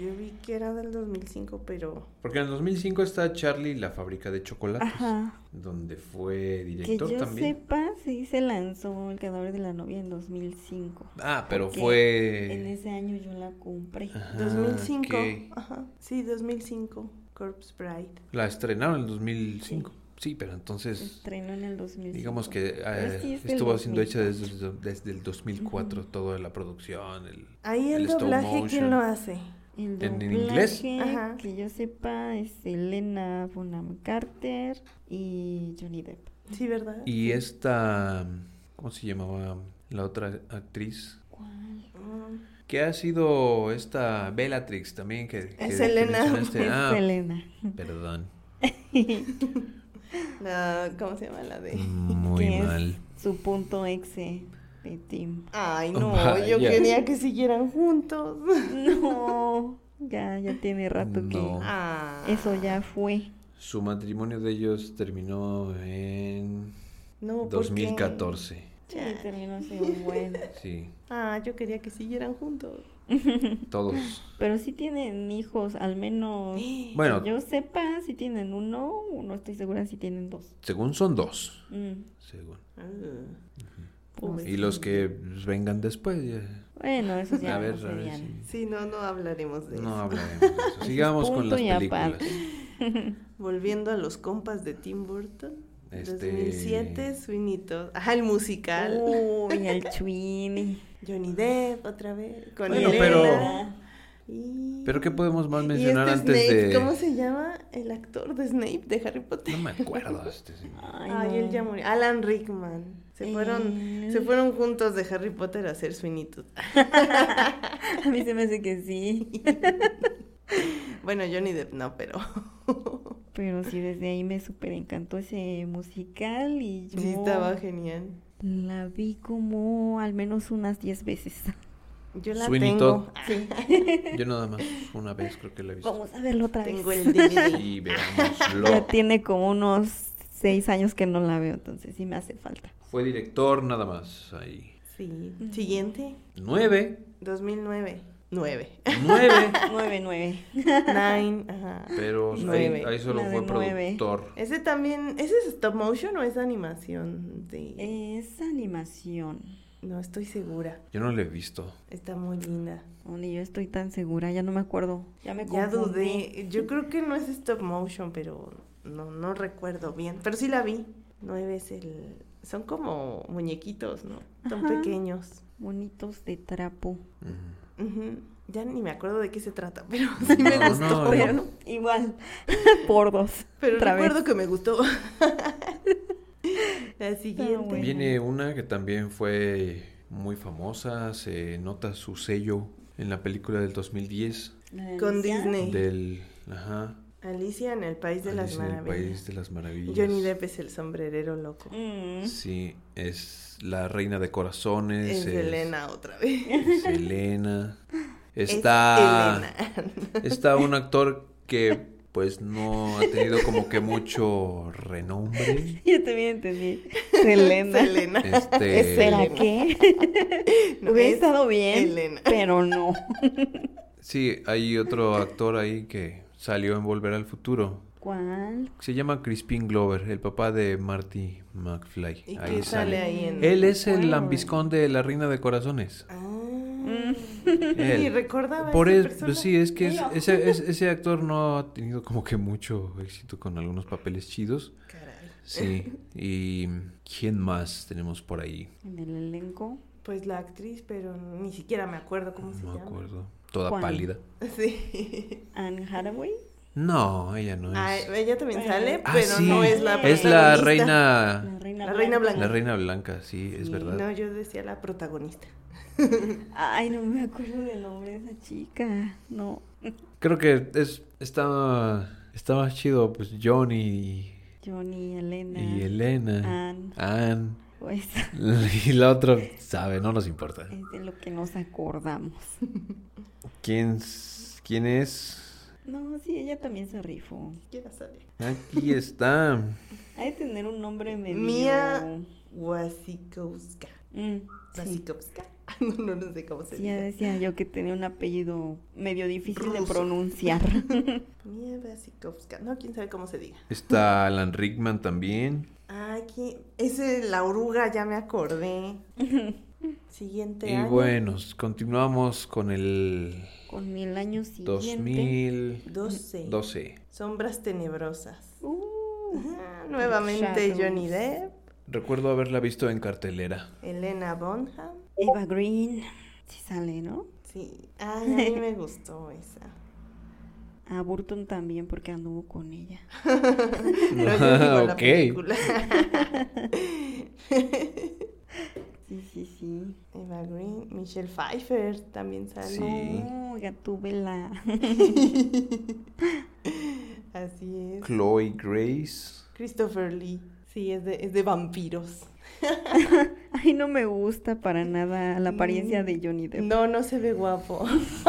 [SPEAKER 3] yo vi que era del 2005, pero.
[SPEAKER 2] Porque en el 2005 está Charlie y la fábrica de chocolates,
[SPEAKER 4] Ajá.
[SPEAKER 2] donde fue
[SPEAKER 4] Que
[SPEAKER 2] pues, director
[SPEAKER 4] yo
[SPEAKER 2] también.
[SPEAKER 4] sepa, sí se lanzó el cadáver de la novia en 2005.
[SPEAKER 2] Ah, pero
[SPEAKER 4] Porque
[SPEAKER 2] fue Ah,
[SPEAKER 4] En ese año yo la compré.
[SPEAKER 2] Ajá,
[SPEAKER 3] 2005.
[SPEAKER 2] ok.
[SPEAKER 3] Ajá. Sí, 2005. Corpse Bride.
[SPEAKER 2] La estrenaron en el 2005. Sí, pero entonces
[SPEAKER 4] Estrenó en el 2000.
[SPEAKER 2] digamos que eh,
[SPEAKER 4] Pero sí es del
[SPEAKER 2] estuvo siendo hecha
[SPEAKER 4] 2004.
[SPEAKER 2] desde, el do- desde el 2004 toda la producción. el-
[SPEAKER 3] Ahí el,
[SPEAKER 2] El stop
[SPEAKER 3] doblaje,
[SPEAKER 2] motion.
[SPEAKER 3] ¿quién lo hace?
[SPEAKER 4] El
[SPEAKER 2] en
[SPEAKER 4] doblaje,
[SPEAKER 2] inglés.
[SPEAKER 3] Ajá.
[SPEAKER 4] Que yo sepa, es Elena Bonham Carter y Johnny Depp.
[SPEAKER 3] Sí, ¿verdad?
[SPEAKER 2] Y esta, ¿cómo se llamaba la otra actriz?
[SPEAKER 4] ¿Cuál?
[SPEAKER 3] Mm,
[SPEAKER 2] Que ha sido esta Bellatrix también que, que-
[SPEAKER 3] Es
[SPEAKER 2] que
[SPEAKER 3] Elena.
[SPEAKER 2] mencionaste.
[SPEAKER 4] Es
[SPEAKER 2] Ah,
[SPEAKER 4] Elena.
[SPEAKER 2] perdón.
[SPEAKER 3] la- ¿Cómo se llama la de...?
[SPEAKER 2] Mm. Muy
[SPEAKER 4] que es
[SPEAKER 2] mal.
[SPEAKER 4] Su punto exe de Tim.
[SPEAKER 3] Ay,
[SPEAKER 2] Oh,
[SPEAKER 3] no,
[SPEAKER 2] vaya.
[SPEAKER 3] yo quería que siguieran juntos.
[SPEAKER 4] No, ya, ya tiene rato
[SPEAKER 2] No.
[SPEAKER 3] Ah.
[SPEAKER 4] que eso ya fue.
[SPEAKER 2] Su matrimonio de ellos terminó en
[SPEAKER 3] No, ¿por qué?
[SPEAKER 2] 2014.
[SPEAKER 4] Sí, terminó siendo bueno.
[SPEAKER 2] Sí,
[SPEAKER 3] Ah, yo quería que siguieran juntos.
[SPEAKER 2] todos.
[SPEAKER 4] Pero sí tienen hijos, al menos
[SPEAKER 2] Bueno,
[SPEAKER 4] que yo sepa si tienen uno, o no estoy segura si tienen dos.
[SPEAKER 2] según son dos.
[SPEAKER 4] Mm,
[SPEAKER 2] Según.
[SPEAKER 3] Ah.
[SPEAKER 4] pues,
[SPEAKER 2] Y los que vengan después. ya.
[SPEAKER 4] Bueno, eso ya
[SPEAKER 2] a ver,
[SPEAKER 4] no
[SPEAKER 2] a ver.
[SPEAKER 4] serían.
[SPEAKER 2] si-
[SPEAKER 3] Sí, no, no hablaremos de
[SPEAKER 2] No
[SPEAKER 3] eso.
[SPEAKER 2] hablaremos de eso. Sigamos con
[SPEAKER 4] punto
[SPEAKER 2] las
[SPEAKER 4] y
[SPEAKER 2] películas.
[SPEAKER 4] aparte.
[SPEAKER 3] Volviendo a los compas de Tim Burton.
[SPEAKER 2] Este- Oh.
[SPEAKER 3] 2007, Sweeney Todd. Ajá, el musical.
[SPEAKER 4] Uy, el Chuini.
[SPEAKER 3] Johnny Depp otra vez. Con
[SPEAKER 2] Bueno,
[SPEAKER 3] Elena.
[SPEAKER 2] pero-
[SPEAKER 3] Y-
[SPEAKER 2] Pero ¿qué podemos más
[SPEAKER 3] y
[SPEAKER 2] mencionar
[SPEAKER 3] este
[SPEAKER 2] antes
[SPEAKER 3] Snape,
[SPEAKER 2] de...?
[SPEAKER 3] ¿Cómo se llama el actor de Snape de Harry Potter?
[SPEAKER 2] No me acuerdo. Este, sí.
[SPEAKER 4] Ay,
[SPEAKER 3] Ay, él
[SPEAKER 4] no.
[SPEAKER 3] ya murió. Eh, Alan Rickman. Se fueron, se
[SPEAKER 4] Él.
[SPEAKER 3] fueron juntos de Harry Potter a hacer Sweeney Todd.
[SPEAKER 4] A mí se me hace que sí.
[SPEAKER 3] Bueno, Johnny Depp no, pero...
[SPEAKER 4] Pero sí, desde ahí me súper encantó ese musical y yo
[SPEAKER 3] sí, estaba genial.
[SPEAKER 4] la vi como al menos unas 10 veces.
[SPEAKER 3] Yo la
[SPEAKER 2] Sweeney
[SPEAKER 3] tengo.
[SPEAKER 4] Sí.
[SPEAKER 2] Yo nada más una vez creo que la he visto.
[SPEAKER 4] Vamos a verlo otra
[SPEAKER 3] Tengo
[SPEAKER 4] vez.
[SPEAKER 3] el DVD.
[SPEAKER 2] Y veámoslo.
[SPEAKER 4] Ya tiene como unos 6 años que no la veo, entonces sí me hace falta.
[SPEAKER 2] Fue director nada más ahí.
[SPEAKER 3] Sí. Siguiente.
[SPEAKER 2] Nueve.
[SPEAKER 3] 2009. 9.
[SPEAKER 2] Nueve.
[SPEAKER 4] 9-9.
[SPEAKER 3] 9. Ajá.
[SPEAKER 2] Pero ahí-
[SPEAKER 3] Nueve.
[SPEAKER 2] Ahí, solo
[SPEAKER 4] La de
[SPEAKER 2] fue
[SPEAKER 4] nueve.
[SPEAKER 2] productor.
[SPEAKER 3] Ese también, ¿ese es stop motion o es animación? De...
[SPEAKER 4] Es animación.
[SPEAKER 3] No estoy segura.
[SPEAKER 2] Yo no lo he visto.
[SPEAKER 3] Está muy linda.
[SPEAKER 4] Donde yo estoy tan segura, ya no me acuerdo. Ya me
[SPEAKER 3] Ya
[SPEAKER 4] confundí.
[SPEAKER 3] dudé. Yo creo que no es stop motion, pero no, no recuerdo bien. Pero sí la vi. Nueve es el. Son como muñequitos, ¿no? Son
[SPEAKER 4] Ajá.
[SPEAKER 3] pequeños.
[SPEAKER 4] Bonitos de trapo.
[SPEAKER 2] Mm.
[SPEAKER 3] Ujú. Ya ni me acuerdo de qué se trata, pero sí me
[SPEAKER 2] No,
[SPEAKER 3] gustó.
[SPEAKER 2] no,
[SPEAKER 4] Pero igual, por dos.
[SPEAKER 3] Pero
[SPEAKER 4] Otra
[SPEAKER 3] recuerdo
[SPEAKER 4] vez.
[SPEAKER 3] que me gustó. La siguiente.
[SPEAKER 4] bueno.
[SPEAKER 2] Viene una que también fue muy famosa. Se nota su sello en la película del 2010.
[SPEAKER 4] La de
[SPEAKER 3] Con
[SPEAKER 4] Alicia.
[SPEAKER 3] Disney.
[SPEAKER 2] Del. Ajá.
[SPEAKER 3] Alicia en el País de las
[SPEAKER 2] Alicia en el
[SPEAKER 3] Maravillas.
[SPEAKER 2] País de las Maravillas.
[SPEAKER 3] Johnny Depp es el sombrerero loco.
[SPEAKER 4] Mm.
[SPEAKER 2] Sí, es la reina de corazones.
[SPEAKER 3] Es, Elena otra vez.
[SPEAKER 2] Es Elena.
[SPEAKER 3] Es
[SPEAKER 2] Está.
[SPEAKER 3] Elena.
[SPEAKER 2] Está un actor que pues no ha tenido como que mucho renombre.
[SPEAKER 4] Yo también entendí. Selena.
[SPEAKER 3] Selena.
[SPEAKER 2] Este,
[SPEAKER 3] Es
[SPEAKER 4] ¿Será
[SPEAKER 3] Elena.
[SPEAKER 4] qué?
[SPEAKER 3] No,
[SPEAKER 4] Hubiera
[SPEAKER 3] es
[SPEAKER 4] estado bien,
[SPEAKER 3] Elena.
[SPEAKER 4] pero no.
[SPEAKER 2] Sí, hay otro actor ahí que salió en Volver al Futuro.
[SPEAKER 4] ¿Cuál?
[SPEAKER 2] Se llama Crispin Glover, el papá de Marty McFly.
[SPEAKER 3] ¿Y qué sale ahí en.?
[SPEAKER 2] Él es el
[SPEAKER 4] Bueno.
[SPEAKER 2] lambiscón de La Reina de Corazones.
[SPEAKER 3] Ah.
[SPEAKER 4] Mm.
[SPEAKER 2] Él.
[SPEAKER 3] Sí, recordaba.
[SPEAKER 2] Por
[SPEAKER 3] esa
[SPEAKER 2] es-
[SPEAKER 3] persona.
[SPEAKER 2] sí, es que es-
[SPEAKER 4] Ella.
[SPEAKER 2] ese, es- ese actor no ha tenido como que mucho éxito con algunos papeles chidos.
[SPEAKER 3] Caray.
[SPEAKER 2] Sí. ¿Y quién más tenemos por ahí?
[SPEAKER 4] En el elenco.
[SPEAKER 3] Pues la actriz, pero ni siquiera me acuerdo cómo se
[SPEAKER 2] No me
[SPEAKER 3] llama.
[SPEAKER 2] acuerdo. Toda
[SPEAKER 4] Juan.
[SPEAKER 2] pálida.
[SPEAKER 3] Sí.
[SPEAKER 4] Anne Hathaway.
[SPEAKER 2] No, ella no es.
[SPEAKER 3] Ah, ella también
[SPEAKER 4] Bueno.
[SPEAKER 3] sale,
[SPEAKER 2] Ah,
[SPEAKER 3] pero
[SPEAKER 2] sí,
[SPEAKER 3] no es la
[SPEAKER 2] Es la
[SPEAKER 3] protagonista.
[SPEAKER 2] reina.
[SPEAKER 4] reina
[SPEAKER 3] La reina blanca.
[SPEAKER 2] Ah. La reina blanca, sí, es
[SPEAKER 4] Sí,
[SPEAKER 2] verdad.
[SPEAKER 3] No, yo decía la protagonista.
[SPEAKER 4] Ay, no me acuerdo del nombre de esa chica. No.
[SPEAKER 2] Creo que es estaba estaba chido pues Johnny y-
[SPEAKER 4] Johnny,
[SPEAKER 2] y,
[SPEAKER 4] Elena.
[SPEAKER 3] Ah.
[SPEAKER 2] Elena,
[SPEAKER 4] Anne.
[SPEAKER 2] Anne
[SPEAKER 4] Pues
[SPEAKER 2] y la otra sabe, no nos importa.
[SPEAKER 3] Eh.
[SPEAKER 4] es de lo que nos acordamos.
[SPEAKER 2] ¿Quién s- quién es?
[SPEAKER 4] No, sí, ella también se rifó.
[SPEAKER 3] Siquiera sale.
[SPEAKER 2] Aquí está.
[SPEAKER 4] Ha de tener un nombre medio...
[SPEAKER 3] Mía Wasikowska.
[SPEAKER 4] Mm, sí.
[SPEAKER 3] Wasikowska. No, no, no sé cómo se
[SPEAKER 4] Sí, ya
[SPEAKER 3] dice.
[SPEAKER 4] decía yo que tenía un apellido medio difícil de
[SPEAKER 3] Ruso.
[SPEAKER 4] pronunciar.
[SPEAKER 3] Mía Wasikowska. No, quién sabe cómo se diga.
[SPEAKER 2] Está Alan Rickman también.
[SPEAKER 3] Ah, aquí. Es eh, la oruga, ya me acordé. Siguiente
[SPEAKER 2] Y
[SPEAKER 3] año.
[SPEAKER 2] bueno, continuamos con el
[SPEAKER 4] Con el año siguiente.
[SPEAKER 2] 2012.
[SPEAKER 3] 12. Sombras tenebrosas.
[SPEAKER 4] Uh,
[SPEAKER 3] Ah, nuevamente
[SPEAKER 4] Shadows.
[SPEAKER 3] Johnny Depp,
[SPEAKER 2] Recuerdo haberla visto en cartelera.
[SPEAKER 3] Elena Bonham.
[SPEAKER 4] Eva Green. Sí sale, ¿no?
[SPEAKER 3] Sí, Ay, a mí me gustó esa.
[SPEAKER 4] A Burton también porque anduvo con ella.
[SPEAKER 3] Pero yo digo la
[SPEAKER 2] ok.
[SPEAKER 3] película.
[SPEAKER 4] Sí, sí, sí.
[SPEAKER 3] Eva Green, Michelle Pfeiffer también sale.
[SPEAKER 2] Sí.
[SPEAKER 4] Oh, Gatúbela.
[SPEAKER 3] Así es.
[SPEAKER 2] Chloe Grace.
[SPEAKER 3] Christopher Lee. Sí, es de, es de vampiros.
[SPEAKER 4] Ay, no me gusta para nada la apariencia de Johnny Depp.
[SPEAKER 3] Mm, No, no se ve guapo.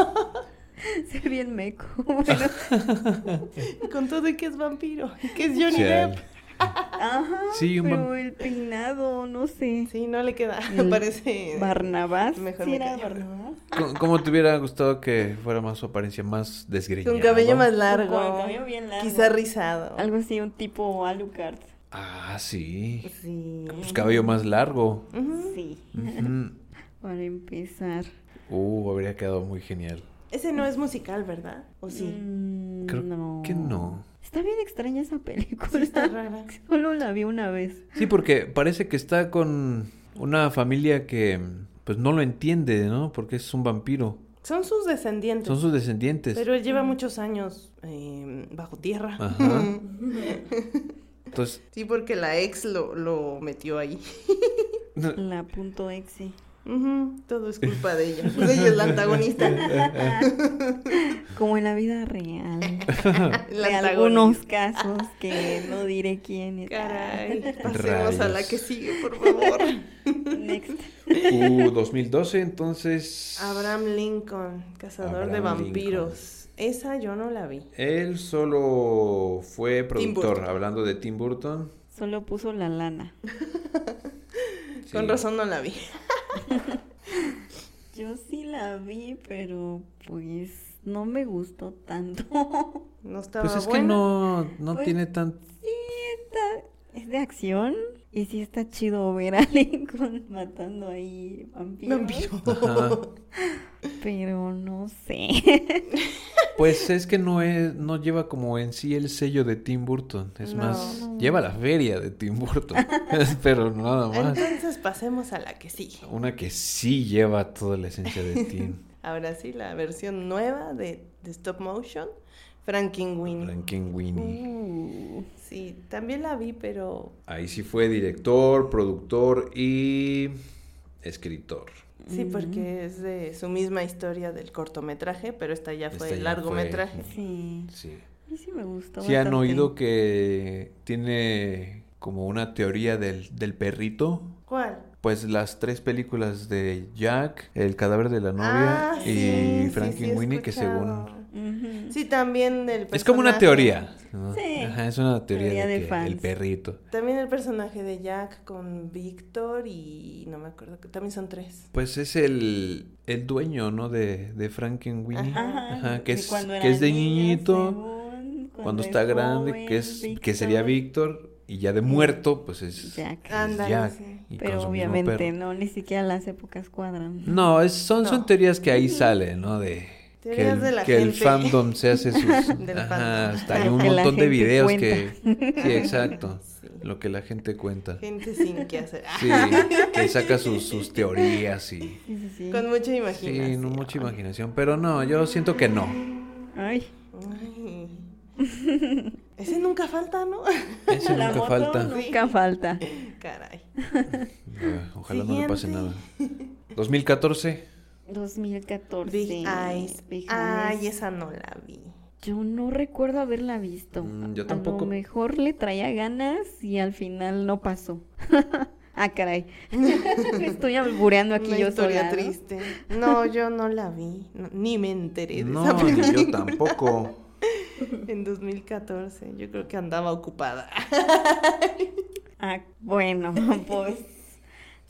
[SPEAKER 4] Se ve bien meco. Bueno,
[SPEAKER 3] Con todo y que es vampiro. y Que es Johnny
[SPEAKER 2] Chale.
[SPEAKER 3] Depp.
[SPEAKER 4] ajá,
[SPEAKER 2] Sí, un
[SPEAKER 4] pero
[SPEAKER 2] vam-
[SPEAKER 4] el peinado, no sé.
[SPEAKER 3] Sí, no le queda.
[SPEAKER 4] Mm.
[SPEAKER 3] Parece.
[SPEAKER 4] Barnabas.
[SPEAKER 3] Mejor
[SPEAKER 4] ¿Sí
[SPEAKER 3] me
[SPEAKER 4] era
[SPEAKER 3] callo.
[SPEAKER 4] Barnabás?
[SPEAKER 2] ¿Cómo, cómo te hubiera gustado que fuera más su apariencia más desgreñada?
[SPEAKER 3] Con cabello más largo.
[SPEAKER 4] Con cabello bien largo.
[SPEAKER 3] Quizá rizado.
[SPEAKER 4] Algo así, un tipo Alucard.
[SPEAKER 2] Ah, sí.
[SPEAKER 3] Sí.
[SPEAKER 2] Pues cabello más largo.
[SPEAKER 3] Ujú.
[SPEAKER 4] Sí.
[SPEAKER 2] Ujú.
[SPEAKER 4] Para empezar.
[SPEAKER 2] Uh, habría quedado muy genial.
[SPEAKER 3] Ese no es musical, ¿verdad? ¿O sí?
[SPEAKER 4] Mm,
[SPEAKER 2] Creo que no.
[SPEAKER 4] Está bien extraña esa película.
[SPEAKER 3] Sí, está rara.
[SPEAKER 4] Solo la vi una vez.
[SPEAKER 2] Sí, porque parece que está con una familia que pues no lo entiende, ¿no? Porque es un vampiro.
[SPEAKER 3] Son sus descendientes.
[SPEAKER 2] Son sus descendientes.
[SPEAKER 3] Pero él lleva muchos años eh, bajo tierra.
[SPEAKER 2] Ajá. Entonces,
[SPEAKER 3] Sí, porque la ex lo, lo metió ahí.
[SPEAKER 4] La punto exe.
[SPEAKER 3] Ujú, Todo es culpa de ella. Pues ella es la antagonista.
[SPEAKER 4] Como en la vida real.
[SPEAKER 3] La
[SPEAKER 4] de algunos casos que no diré quién es.
[SPEAKER 3] Caray. Pasemos
[SPEAKER 2] Rayos.
[SPEAKER 3] a la que sigue, por favor.
[SPEAKER 4] Ah, Next.
[SPEAKER 2] uh, 2012, entonces
[SPEAKER 3] Abraham Lincoln, cazador de
[SPEAKER 2] Abraham
[SPEAKER 3] vampiros. Esa yo no la vi.
[SPEAKER 2] él solo fue
[SPEAKER 3] Tim
[SPEAKER 2] productor,
[SPEAKER 3] Burton.
[SPEAKER 2] hablando de Tim Burton.
[SPEAKER 4] Solo puso la lana.
[SPEAKER 2] Sí.
[SPEAKER 3] Con razón no la vi.
[SPEAKER 4] Yo sí la vi, pero pues no me gustó tanto.
[SPEAKER 3] No estaba
[SPEAKER 2] Pues es que
[SPEAKER 3] buena.
[SPEAKER 2] no, no
[SPEAKER 4] Pues-
[SPEAKER 2] tiene tan...
[SPEAKER 4] sí, está... Es de acción. Y sí está chido ver a Lincoln matando ahí vampiros.
[SPEAKER 3] Vampiro.
[SPEAKER 2] Ajá.
[SPEAKER 4] Pero no sé.
[SPEAKER 2] Pues es que no es, no lleva como en sí el sello de Tim Burton. Es
[SPEAKER 3] No.
[SPEAKER 2] más, lleva la feria de Tim Burton. Pero nada más.
[SPEAKER 3] Entonces pasemos a la que sigue.
[SPEAKER 2] Una que sí lleva toda la esencia de Tim.
[SPEAKER 3] Ahora sí, la versión nueva de, de stop motion, Frankenweenie.
[SPEAKER 2] Frankenweenie.
[SPEAKER 4] Uh,
[SPEAKER 3] Sí, también la vi, pero
[SPEAKER 2] Ahí sí fue director, productor y escritor.
[SPEAKER 3] sí, porque es de su misma historia del cortometraje, pero esta ya fue
[SPEAKER 2] Esta ya
[SPEAKER 3] el largometraje.
[SPEAKER 2] fue.
[SPEAKER 4] sí.
[SPEAKER 2] Sí.
[SPEAKER 4] A mí sí me gustó.
[SPEAKER 2] Si han
[SPEAKER 4] bastante.
[SPEAKER 2] oído que tiene como una teoría del, del perrito.
[SPEAKER 3] ¿Cuál?
[SPEAKER 2] Pues las tres películas de Jack, El cadáver de la novia
[SPEAKER 3] Ah, sí,
[SPEAKER 2] y
[SPEAKER 3] sí,
[SPEAKER 2] Frankenweenie
[SPEAKER 3] sí, he
[SPEAKER 2] que según
[SPEAKER 3] escuchado.
[SPEAKER 4] Ujú.
[SPEAKER 3] Sí, también el
[SPEAKER 2] Es como una
[SPEAKER 3] personaje-
[SPEAKER 2] teoría. ¿no?
[SPEAKER 4] Sí.
[SPEAKER 2] Ajá, es una teoría,
[SPEAKER 4] Teoría
[SPEAKER 2] de,
[SPEAKER 4] de
[SPEAKER 2] que
[SPEAKER 4] fans.
[SPEAKER 2] el perrito.
[SPEAKER 3] También el personaje de Jack con Víctor y no me acuerdo, que también son tres.
[SPEAKER 2] Pues es el, el dueño, ¿no? De, de Frankenweenie.
[SPEAKER 4] Ajá,
[SPEAKER 2] Ajá, que,
[SPEAKER 4] de
[SPEAKER 2] es,
[SPEAKER 4] cuando
[SPEAKER 2] que
[SPEAKER 4] era
[SPEAKER 2] es de
[SPEAKER 4] niño,
[SPEAKER 2] niñito,
[SPEAKER 4] según,
[SPEAKER 2] cuando,
[SPEAKER 4] cuando
[SPEAKER 2] está
[SPEAKER 4] es
[SPEAKER 2] grande,
[SPEAKER 4] joven,
[SPEAKER 2] que, es, que
[SPEAKER 4] Víctor.
[SPEAKER 2] sería Víctor, y ya de muerto, pues es
[SPEAKER 4] Jack.
[SPEAKER 2] es
[SPEAKER 3] Ándale,
[SPEAKER 2] Jack,
[SPEAKER 3] sí.
[SPEAKER 2] y con
[SPEAKER 4] Pero
[SPEAKER 2] su mismo
[SPEAKER 4] obviamente
[SPEAKER 2] perro.
[SPEAKER 4] no, ni siquiera las épocas cuadran.
[SPEAKER 2] No, es- son, son
[SPEAKER 3] No.
[SPEAKER 2] teorías que ahí salen, ¿no? De que
[SPEAKER 3] Teorías
[SPEAKER 2] el,
[SPEAKER 3] de la
[SPEAKER 2] que el
[SPEAKER 3] gente.
[SPEAKER 2] fandom se hace sus...
[SPEAKER 3] Del
[SPEAKER 2] Ajá,
[SPEAKER 3] fandom.
[SPEAKER 2] hasta hay un
[SPEAKER 4] Que la
[SPEAKER 2] montón de
[SPEAKER 4] gente
[SPEAKER 2] videos
[SPEAKER 4] cuenta.
[SPEAKER 2] que... Sí, exacto.
[SPEAKER 3] Sí.
[SPEAKER 2] Lo que la gente cuenta.
[SPEAKER 3] Gente sin que hacer.
[SPEAKER 2] Sí, que saca sus, sus teorías y...
[SPEAKER 4] Sí, sí, sí.
[SPEAKER 3] Con mucha imaginación.
[SPEAKER 2] Sí, no mucha imaginación, pero no, yo siento que no.
[SPEAKER 4] Ay,
[SPEAKER 3] Ay. Ese nunca falta, ¿no?
[SPEAKER 2] Ese
[SPEAKER 4] la
[SPEAKER 2] nunca
[SPEAKER 4] moto
[SPEAKER 2] falta.
[SPEAKER 4] nunca falta.
[SPEAKER 3] Caray.
[SPEAKER 2] Eh, Ojalá no le pase nada.
[SPEAKER 3] Siguiente.
[SPEAKER 2] 2014.
[SPEAKER 4] 2014.
[SPEAKER 3] Big Eyes.
[SPEAKER 4] Big
[SPEAKER 3] Ay,
[SPEAKER 4] Eyes.
[SPEAKER 3] esa no la vi.
[SPEAKER 4] Yo no recuerdo haberla visto.
[SPEAKER 2] Mm, yo
[SPEAKER 4] A lo
[SPEAKER 2] tampoco.
[SPEAKER 4] mejor le traía ganas y al final no pasó. ah, caray. Me estoy albureando aquí
[SPEAKER 3] Una
[SPEAKER 4] yo sola,
[SPEAKER 3] historia
[SPEAKER 4] ¿no?
[SPEAKER 3] triste. No, yo no la vi. no- ni me enteré de esa
[SPEAKER 2] No, ni
[SPEAKER 3] película.
[SPEAKER 2] yo tampoco.
[SPEAKER 3] En 2014. Yo creo que andaba ocupada.
[SPEAKER 4] Ah, bueno, pues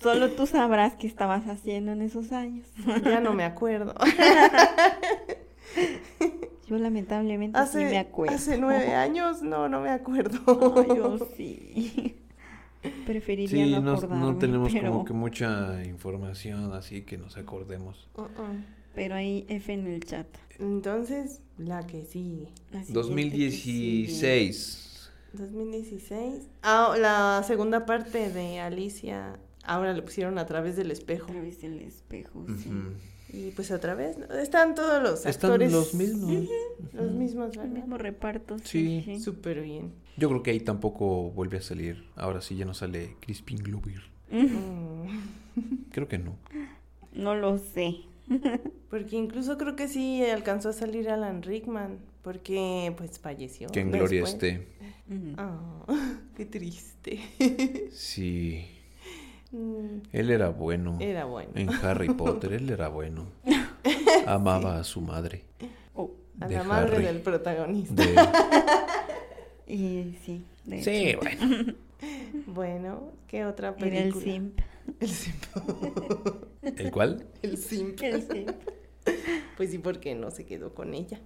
[SPEAKER 4] solo tú sabrás qué estabas haciendo en esos años.
[SPEAKER 3] Ya no me acuerdo.
[SPEAKER 4] Yo lamentablemente
[SPEAKER 3] Hace,
[SPEAKER 4] sí me acuerdo.
[SPEAKER 3] hace nueve años. No, no me acuerdo.
[SPEAKER 4] No, yo sí. Preferiría
[SPEAKER 2] Sí,
[SPEAKER 4] no
[SPEAKER 2] no,
[SPEAKER 4] acordarme.
[SPEAKER 2] no tenemos
[SPEAKER 4] pero,
[SPEAKER 2] como que mucha información así que nos acordemos.
[SPEAKER 3] Uh-uh.
[SPEAKER 4] pero hay F en el chat.
[SPEAKER 3] Entonces, la que sigue.
[SPEAKER 4] La siguiente que
[SPEAKER 2] 2016.
[SPEAKER 3] 2016. Ah, la segunda parte de Alicia. Ahora le pusieron a través del
[SPEAKER 4] sigue,
[SPEAKER 3] espejo.
[SPEAKER 4] A través del espejo, sí.
[SPEAKER 2] Ujú.
[SPEAKER 3] Y pues otra vez, ¿no? están todos los
[SPEAKER 2] Están
[SPEAKER 3] actores.
[SPEAKER 2] los mismos.
[SPEAKER 3] Los mismos,
[SPEAKER 4] El
[SPEAKER 3] ¿verdad?
[SPEAKER 4] mismo reparto.
[SPEAKER 2] Sí.
[SPEAKER 4] Sí. sí.
[SPEAKER 3] Súper bien.
[SPEAKER 2] Yo creo que ahí tampoco vuelve a salir. Ahora sí ya no sale Crispin Glover.
[SPEAKER 3] Mm.
[SPEAKER 2] Creo que no.
[SPEAKER 4] No lo sé.
[SPEAKER 3] Porque incluso creo que sí alcanzó a salir Alan Rickman. Porque pues falleció.
[SPEAKER 2] Que en gloria
[SPEAKER 3] después.
[SPEAKER 2] esté.
[SPEAKER 4] Ujú.
[SPEAKER 3] Ah, qué triste.
[SPEAKER 2] Sí.
[SPEAKER 3] Mm,
[SPEAKER 2] Él era bueno.
[SPEAKER 3] Era bueno.
[SPEAKER 2] En Harry Potter, él era bueno. Amaba a su madre.
[SPEAKER 4] Oh,
[SPEAKER 3] A
[SPEAKER 2] de
[SPEAKER 3] la madre
[SPEAKER 2] Harry.
[SPEAKER 3] del protagonista.
[SPEAKER 2] De-
[SPEAKER 4] y sí. de
[SPEAKER 2] Sí, bueno.
[SPEAKER 3] Bueno, ¿qué otra
[SPEAKER 4] hecho, Era
[SPEAKER 3] película?
[SPEAKER 4] el simp.
[SPEAKER 3] El simp.
[SPEAKER 2] ¿El cual?
[SPEAKER 3] El simp.
[SPEAKER 4] El simp.
[SPEAKER 3] Pues sí, porque no se quedó con ella.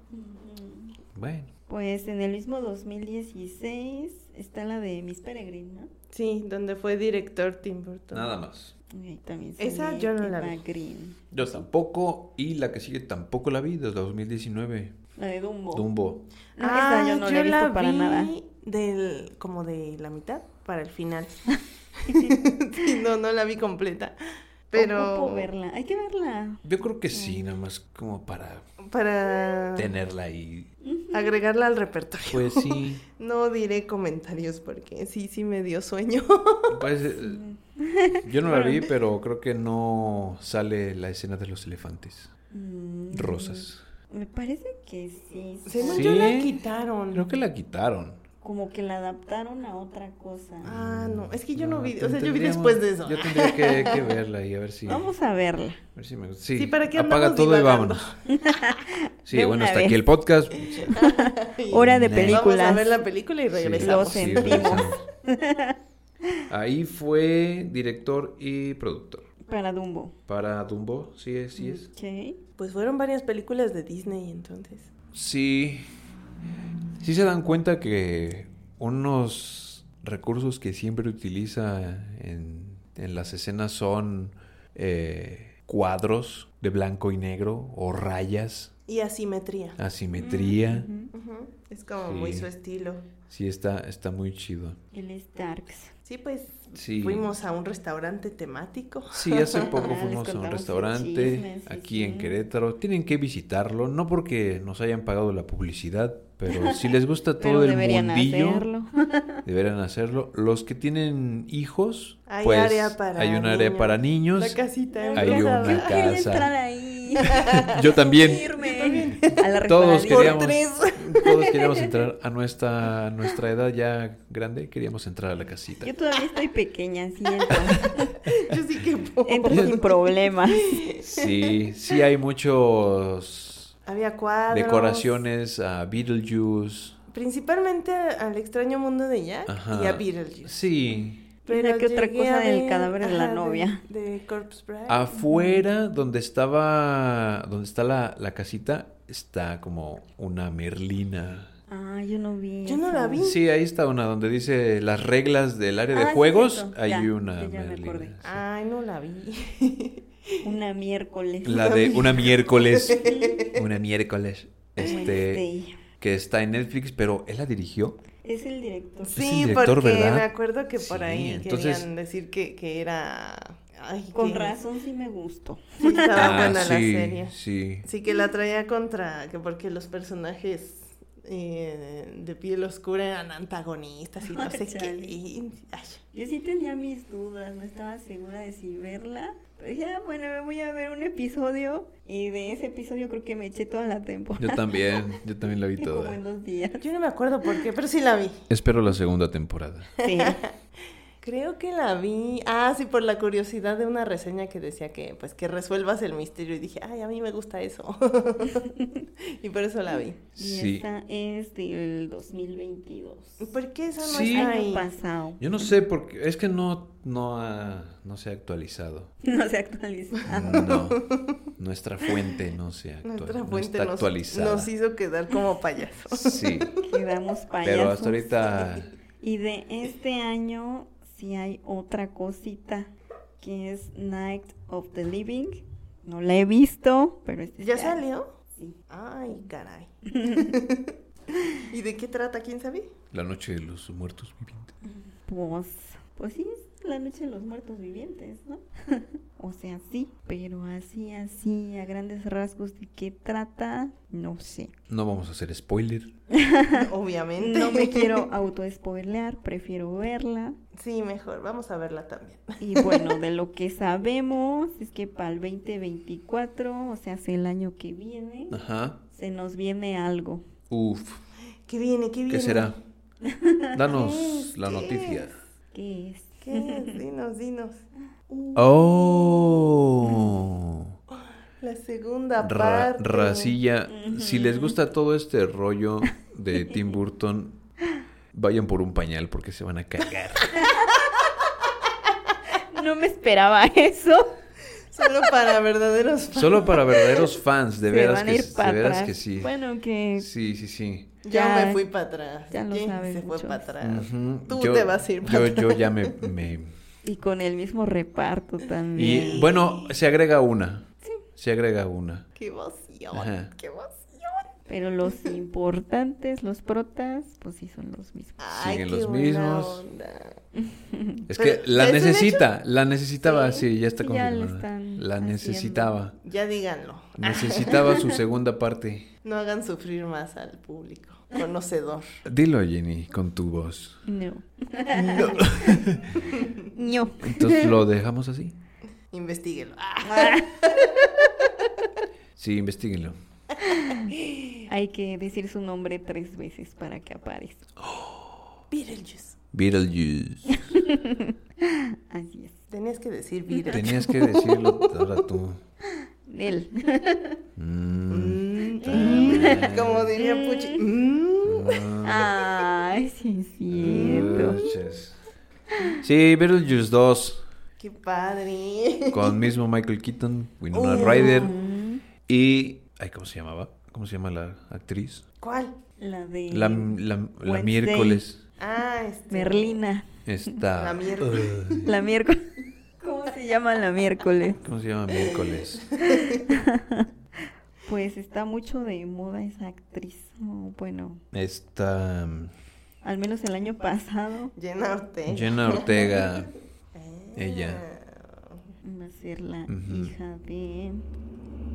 [SPEAKER 2] Bueno.
[SPEAKER 4] Pues en el mismo 2016 está la de Miss Peregrine, ¿no?
[SPEAKER 3] Sí, donde fue director Tim Burton.
[SPEAKER 2] Nada más.
[SPEAKER 4] Y ahí también
[SPEAKER 3] Esa
[SPEAKER 4] sale
[SPEAKER 3] yo no la
[SPEAKER 4] Eva
[SPEAKER 3] vi.
[SPEAKER 4] Green.
[SPEAKER 2] Yo tampoco. Y la que sigue tampoco la vi desde 2019.
[SPEAKER 4] La de Dumbo.
[SPEAKER 2] Dumbo.
[SPEAKER 4] No, esa yo no la he visto para
[SPEAKER 3] Ah, vi
[SPEAKER 4] nada.
[SPEAKER 3] Del, como de la mitad para el final. Sí, no, no la vi completa. Pero
[SPEAKER 4] Ocupo verla. Hay que verla.
[SPEAKER 2] Yo creo que
[SPEAKER 3] Mm.
[SPEAKER 2] sí, nada más como para
[SPEAKER 3] para
[SPEAKER 2] tenerla ahí.
[SPEAKER 3] agregarla al repertorio.
[SPEAKER 2] Pues sí.
[SPEAKER 3] No diré comentarios porque sí, sí me dio sueño.
[SPEAKER 2] Pues, eh, yo no la vi, pero creo que no sale la escena de los elefantes.
[SPEAKER 4] Mm,
[SPEAKER 2] Rosas.
[SPEAKER 4] Me parece que sí.
[SPEAKER 3] Según
[SPEAKER 2] Sí.
[SPEAKER 3] yo la quitaron.
[SPEAKER 2] Creo que la quitaron.
[SPEAKER 4] Como que la adaptaron a otra cosa.
[SPEAKER 3] Ah, no, es que yo no, vi, o sea, yo vi
[SPEAKER 2] tendríamos-
[SPEAKER 3] después de eso.
[SPEAKER 2] Yo tendría que, que verla y a ver si.
[SPEAKER 4] Vamos a verla.
[SPEAKER 2] a ver si me gusta. Sí,
[SPEAKER 3] Sí, ¿para qué
[SPEAKER 2] apaga
[SPEAKER 3] andamos
[SPEAKER 2] todo y
[SPEAKER 3] divagando?
[SPEAKER 2] vámonos. Sí,
[SPEAKER 4] De
[SPEAKER 2] bueno,
[SPEAKER 4] una
[SPEAKER 2] hasta
[SPEAKER 4] vez.
[SPEAKER 2] aquí el podcast.
[SPEAKER 4] Hora de
[SPEAKER 2] Nah.
[SPEAKER 4] películas.
[SPEAKER 3] Vamos a ver la película y regresamos.
[SPEAKER 4] Lo sentimos.
[SPEAKER 2] regresamos. Ahí fue director y productor.
[SPEAKER 4] Para Dumbo.
[SPEAKER 2] Para Dumbo, sí es, sí es.
[SPEAKER 4] Ok.
[SPEAKER 3] Pues fueron varias películas de Disney entonces.
[SPEAKER 2] Sí. Sí se dan cuenta que unos recursos que siempre utiliza en, en las escenas son eh, cuadros de blanco y negro o rayas,
[SPEAKER 3] Y asimetría.
[SPEAKER 2] asimetría.
[SPEAKER 4] Ujú.
[SPEAKER 3] Ujú, Es como
[SPEAKER 2] Sí.
[SPEAKER 3] muy su estilo.
[SPEAKER 2] Sí, está, está muy chido.
[SPEAKER 4] El Starks.
[SPEAKER 3] Sí, pues
[SPEAKER 2] Sí.
[SPEAKER 3] fuimos a un restaurante temático.
[SPEAKER 2] Sí, hace
[SPEAKER 4] Ah,
[SPEAKER 2] poco
[SPEAKER 4] les
[SPEAKER 2] fuimos a un
[SPEAKER 4] contamos el
[SPEAKER 2] restaurante
[SPEAKER 4] chisme, sí,
[SPEAKER 2] aquí en
[SPEAKER 4] sí.
[SPEAKER 2] Querétaro. Tienen que visitarlo, no porque nos hayan pagado la publicidad, pero si les gusta todo
[SPEAKER 4] Pero
[SPEAKER 2] el
[SPEAKER 4] deberían
[SPEAKER 2] mundillo,
[SPEAKER 4] hacerlo.
[SPEAKER 2] Deberán hacerlo. Los que tienen hijos,
[SPEAKER 3] Hay
[SPEAKER 2] pues
[SPEAKER 3] área para
[SPEAKER 2] hay un área
[SPEAKER 3] niños.
[SPEAKER 2] para niños.
[SPEAKER 3] La casita.
[SPEAKER 2] Hay
[SPEAKER 3] embrujada.
[SPEAKER 2] una
[SPEAKER 4] Yo quería
[SPEAKER 2] casa.
[SPEAKER 4] entrar ahí.
[SPEAKER 2] Yo también.
[SPEAKER 4] Irme a la
[SPEAKER 2] Todos
[SPEAKER 4] resbaladilla.
[SPEAKER 2] queríamos,
[SPEAKER 3] tres.
[SPEAKER 2] todos queríamos entrar a nuestra, a nuestra edad ya grande, queríamos entrar a la casita.
[SPEAKER 4] Yo todavía estoy pequeña, así entro.
[SPEAKER 3] Yo sí que puedo.
[SPEAKER 4] entro sin problemas.
[SPEAKER 2] Sí, sí hay muchos
[SPEAKER 3] Había cuadros.
[SPEAKER 2] decoraciones a Beetlejuice.
[SPEAKER 3] Principalmente al extraño mundo de Jack
[SPEAKER 2] Ajá.
[SPEAKER 3] y a Beetlejuice.
[SPEAKER 2] Sí.
[SPEAKER 4] Mira qué otra
[SPEAKER 3] llegué
[SPEAKER 4] cosa
[SPEAKER 3] a
[SPEAKER 4] del
[SPEAKER 3] ver-
[SPEAKER 4] cadáver de la
[SPEAKER 3] ajá,
[SPEAKER 4] novia.
[SPEAKER 3] De, de Corpse Bride.
[SPEAKER 2] Ah, Afuera donde estaba, donde está la, la casita, está como una merlina.
[SPEAKER 4] Ah, yo no vi.
[SPEAKER 3] Yo no
[SPEAKER 4] esa.
[SPEAKER 3] la vi.
[SPEAKER 2] Sí, ahí está una donde dice las reglas del área de
[SPEAKER 4] Ah, sí,
[SPEAKER 2] juegos.
[SPEAKER 4] cierto.
[SPEAKER 2] Hay
[SPEAKER 4] Ya, ya,
[SPEAKER 2] una
[SPEAKER 4] ya Ah. me
[SPEAKER 2] Merlina,
[SPEAKER 4] acordé.
[SPEAKER 2] sí.
[SPEAKER 3] Ay, no la vi.
[SPEAKER 4] Una miércoles. este.
[SPEAKER 2] La de una miércoles. una miércoles. Este.
[SPEAKER 4] Wednesday.
[SPEAKER 2] Que está en Netflix, pero él la dirigió.
[SPEAKER 4] Es el director.
[SPEAKER 2] Sí,
[SPEAKER 3] Sí,
[SPEAKER 2] director,
[SPEAKER 3] porque
[SPEAKER 2] ¿verdad?
[SPEAKER 3] me acuerdo que por
[SPEAKER 2] Sí,
[SPEAKER 3] ahí
[SPEAKER 2] entonces-
[SPEAKER 3] querían decir que, que era... Ay,
[SPEAKER 4] Con
[SPEAKER 3] que-
[SPEAKER 4] razón sí me gustó.
[SPEAKER 3] Sí,
[SPEAKER 4] Ah,
[SPEAKER 3] estaba buena la
[SPEAKER 2] Ah, sí,
[SPEAKER 3] serie.
[SPEAKER 2] sí.
[SPEAKER 3] Sí, que la traía contra, que porque los personajes eh, de piel oscura eran antagonistas y no sé qué.
[SPEAKER 4] Chale.
[SPEAKER 3] y- ay,
[SPEAKER 4] Yo sí tenía mis dudas, no estaba segura de si verla. Pero dije, ah, bueno, me voy a ver un episodio. Y de ese episodio creo que me eché toda la temporada.
[SPEAKER 2] Yo también, yo también la vi
[SPEAKER 4] Como en
[SPEAKER 2] toda.
[SPEAKER 4] dos días.
[SPEAKER 3] yo no me acuerdo por qué, pero sí la vi.
[SPEAKER 2] Espero la segunda temporada.
[SPEAKER 4] Sí.
[SPEAKER 3] Creo que la vi. Ah, sí, por la curiosidad de una reseña que decía que, pues, que resuelvas el misterio. Y dije, ay, a mí me gusta eso. y por eso la vi.
[SPEAKER 4] Y
[SPEAKER 2] Sí.
[SPEAKER 4] esta es del 2022.
[SPEAKER 3] ¿Por qué esa no
[SPEAKER 2] Sí.
[SPEAKER 3] está
[SPEAKER 4] Año
[SPEAKER 3] ahí?
[SPEAKER 4] pasado.
[SPEAKER 2] Yo no sé porque es que no, no, ha- no se ha actualizado.
[SPEAKER 4] No se actualizó.
[SPEAKER 2] No, nuestra fuente no se ha actual-
[SPEAKER 3] Nuestra
[SPEAKER 2] no
[SPEAKER 3] fuente
[SPEAKER 2] está
[SPEAKER 3] nos,
[SPEAKER 2] actualizada.
[SPEAKER 3] nos hizo quedar como payasos.
[SPEAKER 2] Sí,
[SPEAKER 4] Quedamos payasos.
[SPEAKER 2] pero hasta ahorita
[SPEAKER 4] Y de este año si hay otra cosita que es Night of the Living. No la he visto, pero es-
[SPEAKER 3] ¿Ya salió?
[SPEAKER 4] Sí.
[SPEAKER 3] Ay, caray. ¿Y de qué trata? ¿Quién sabe?
[SPEAKER 2] La noche de los muertos vivientes.
[SPEAKER 4] Pues, pues sí, es la noche de los muertos vivientes, ¿no? o sea, sí, pero así, así, a grandes rasgos de qué trata, no sé.
[SPEAKER 2] No vamos a hacer spoiler.
[SPEAKER 3] Obviamente.
[SPEAKER 4] No me quiero auto-spoilear, prefiero verla.
[SPEAKER 3] Sí, mejor. Vamos a verla también.
[SPEAKER 4] Y bueno, de lo que sabemos es que para el 2024, o sea, hace el año que viene,
[SPEAKER 2] Ah. Ajá.
[SPEAKER 4] se nos viene algo.
[SPEAKER 2] Uf.
[SPEAKER 3] ¿Qué viene? ¿Qué viene?
[SPEAKER 2] ¿Qué será? Danos
[SPEAKER 3] ¿Qué
[SPEAKER 2] la
[SPEAKER 3] es?
[SPEAKER 2] noticia.
[SPEAKER 4] ¿Qué es?
[SPEAKER 3] ¿Qué es? Dinos, dinos. Uh,
[SPEAKER 2] Ah. Oh.
[SPEAKER 3] La segunda
[SPEAKER 2] Ra-
[SPEAKER 3] parte.
[SPEAKER 2] racilla. Si les gusta todo este rollo de Tim Burton, vayan por un pañal porque se van a cagar.
[SPEAKER 4] No me esperaba eso.
[SPEAKER 3] Solo para verdaderos fans.
[SPEAKER 2] Solo para verdaderos fans, de
[SPEAKER 4] Se
[SPEAKER 2] veras
[SPEAKER 4] van
[SPEAKER 2] que,
[SPEAKER 4] a ir
[SPEAKER 2] de
[SPEAKER 4] para
[SPEAKER 2] veras
[SPEAKER 4] atrás.
[SPEAKER 2] que sí.
[SPEAKER 4] Bueno, que
[SPEAKER 2] Sí, sí, sí.
[SPEAKER 3] Yo
[SPEAKER 4] Ya-
[SPEAKER 3] me fui para atrás.
[SPEAKER 4] ya lo
[SPEAKER 3] Jane
[SPEAKER 4] saben
[SPEAKER 3] se fue
[SPEAKER 4] muchos.
[SPEAKER 3] para atrás.
[SPEAKER 2] Ujú.
[SPEAKER 3] Tú
[SPEAKER 2] Yo-
[SPEAKER 3] te vas a ir para
[SPEAKER 2] yo,
[SPEAKER 3] atrás.
[SPEAKER 2] yo ya me... me-
[SPEAKER 4] y con el mismo reparto también.
[SPEAKER 2] Y bueno, se agrega una. Se agrega una.
[SPEAKER 3] Qué emoción.
[SPEAKER 2] Ajá.
[SPEAKER 3] Qué emoción.
[SPEAKER 4] Pero los importantes, los protas, pues sí son los mismos.
[SPEAKER 3] Ay,
[SPEAKER 2] Siguen
[SPEAKER 3] qué
[SPEAKER 2] los
[SPEAKER 3] buena
[SPEAKER 2] mismos.
[SPEAKER 3] onda.
[SPEAKER 2] Es
[SPEAKER 3] Pero,
[SPEAKER 2] que la
[SPEAKER 3] ¿es un
[SPEAKER 2] necesita, la necesitaba, sí,
[SPEAKER 4] Sí,
[SPEAKER 2] ya está
[SPEAKER 4] sí, ya lo
[SPEAKER 2] confirmada.
[SPEAKER 4] están
[SPEAKER 2] La
[SPEAKER 4] haciendo.
[SPEAKER 2] necesitaba.
[SPEAKER 3] Ya díganlo.
[SPEAKER 2] Necesitaba su segunda parte.
[SPEAKER 3] No hagan sufrir más al público conocedor.
[SPEAKER 2] Dilo, Jenny, con tu voz.
[SPEAKER 4] No. No.
[SPEAKER 2] Entonces lo dejamos así.
[SPEAKER 3] Investíguelo. Ah,
[SPEAKER 2] Sí, investiguenlo.
[SPEAKER 4] Hay que decir su nombre tres veces para que aparezca.
[SPEAKER 3] Beetlejuice.
[SPEAKER 2] Beetlejuice.
[SPEAKER 4] Así es.
[SPEAKER 3] Tenías que decir Beetlejuice.
[SPEAKER 2] Tenías que decirlo ahora tú.
[SPEAKER 4] Él.
[SPEAKER 2] Mm.
[SPEAKER 3] Mm,
[SPEAKER 2] Mm.
[SPEAKER 3] Como diría Puchi. Mm.
[SPEAKER 4] Ah, Ay, sí es
[SPEAKER 2] Ah,
[SPEAKER 4] cierto.
[SPEAKER 2] chis. Sí, Beetlejuice 2.
[SPEAKER 3] Qué padre.
[SPEAKER 2] Con mismo Michael Keaton, Winona
[SPEAKER 3] Uh.
[SPEAKER 2] Ryder. Y. Ay, ¿cómo se llamaba? ¿Cómo se llama la actriz?
[SPEAKER 3] ¿Cuál?
[SPEAKER 4] La de
[SPEAKER 2] La, la- la
[SPEAKER 4] Wednesday.
[SPEAKER 2] miércoles.
[SPEAKER 3] Ah, este.
[SPEAKER 4] Merlina.
[SPEAKER 2] Está.
[SPEAKER 3] La miércoles.
[SPEAKER 4] La miércoles. ¿Cómo se llama la miércoles?
[SPEAKER 2] ¿Cómo se llama miércoles?
[SPEAKER 4] Pues está mucho de moda esa actriz. o bueno,
[SPEAKER 2] Está.
[SPEAKER 4] al menos el año pasado
[SPEAKER 3] Jenna Ortega.
[SPEAKER 2] Jenna Ortega.
[SPEAKER 3] Ah.
[SPEAKER 2] Ella.
[SPEAKER 4] va a ser la
[SPEAKER 2] Ujú.
[SPEAKER 4] hija de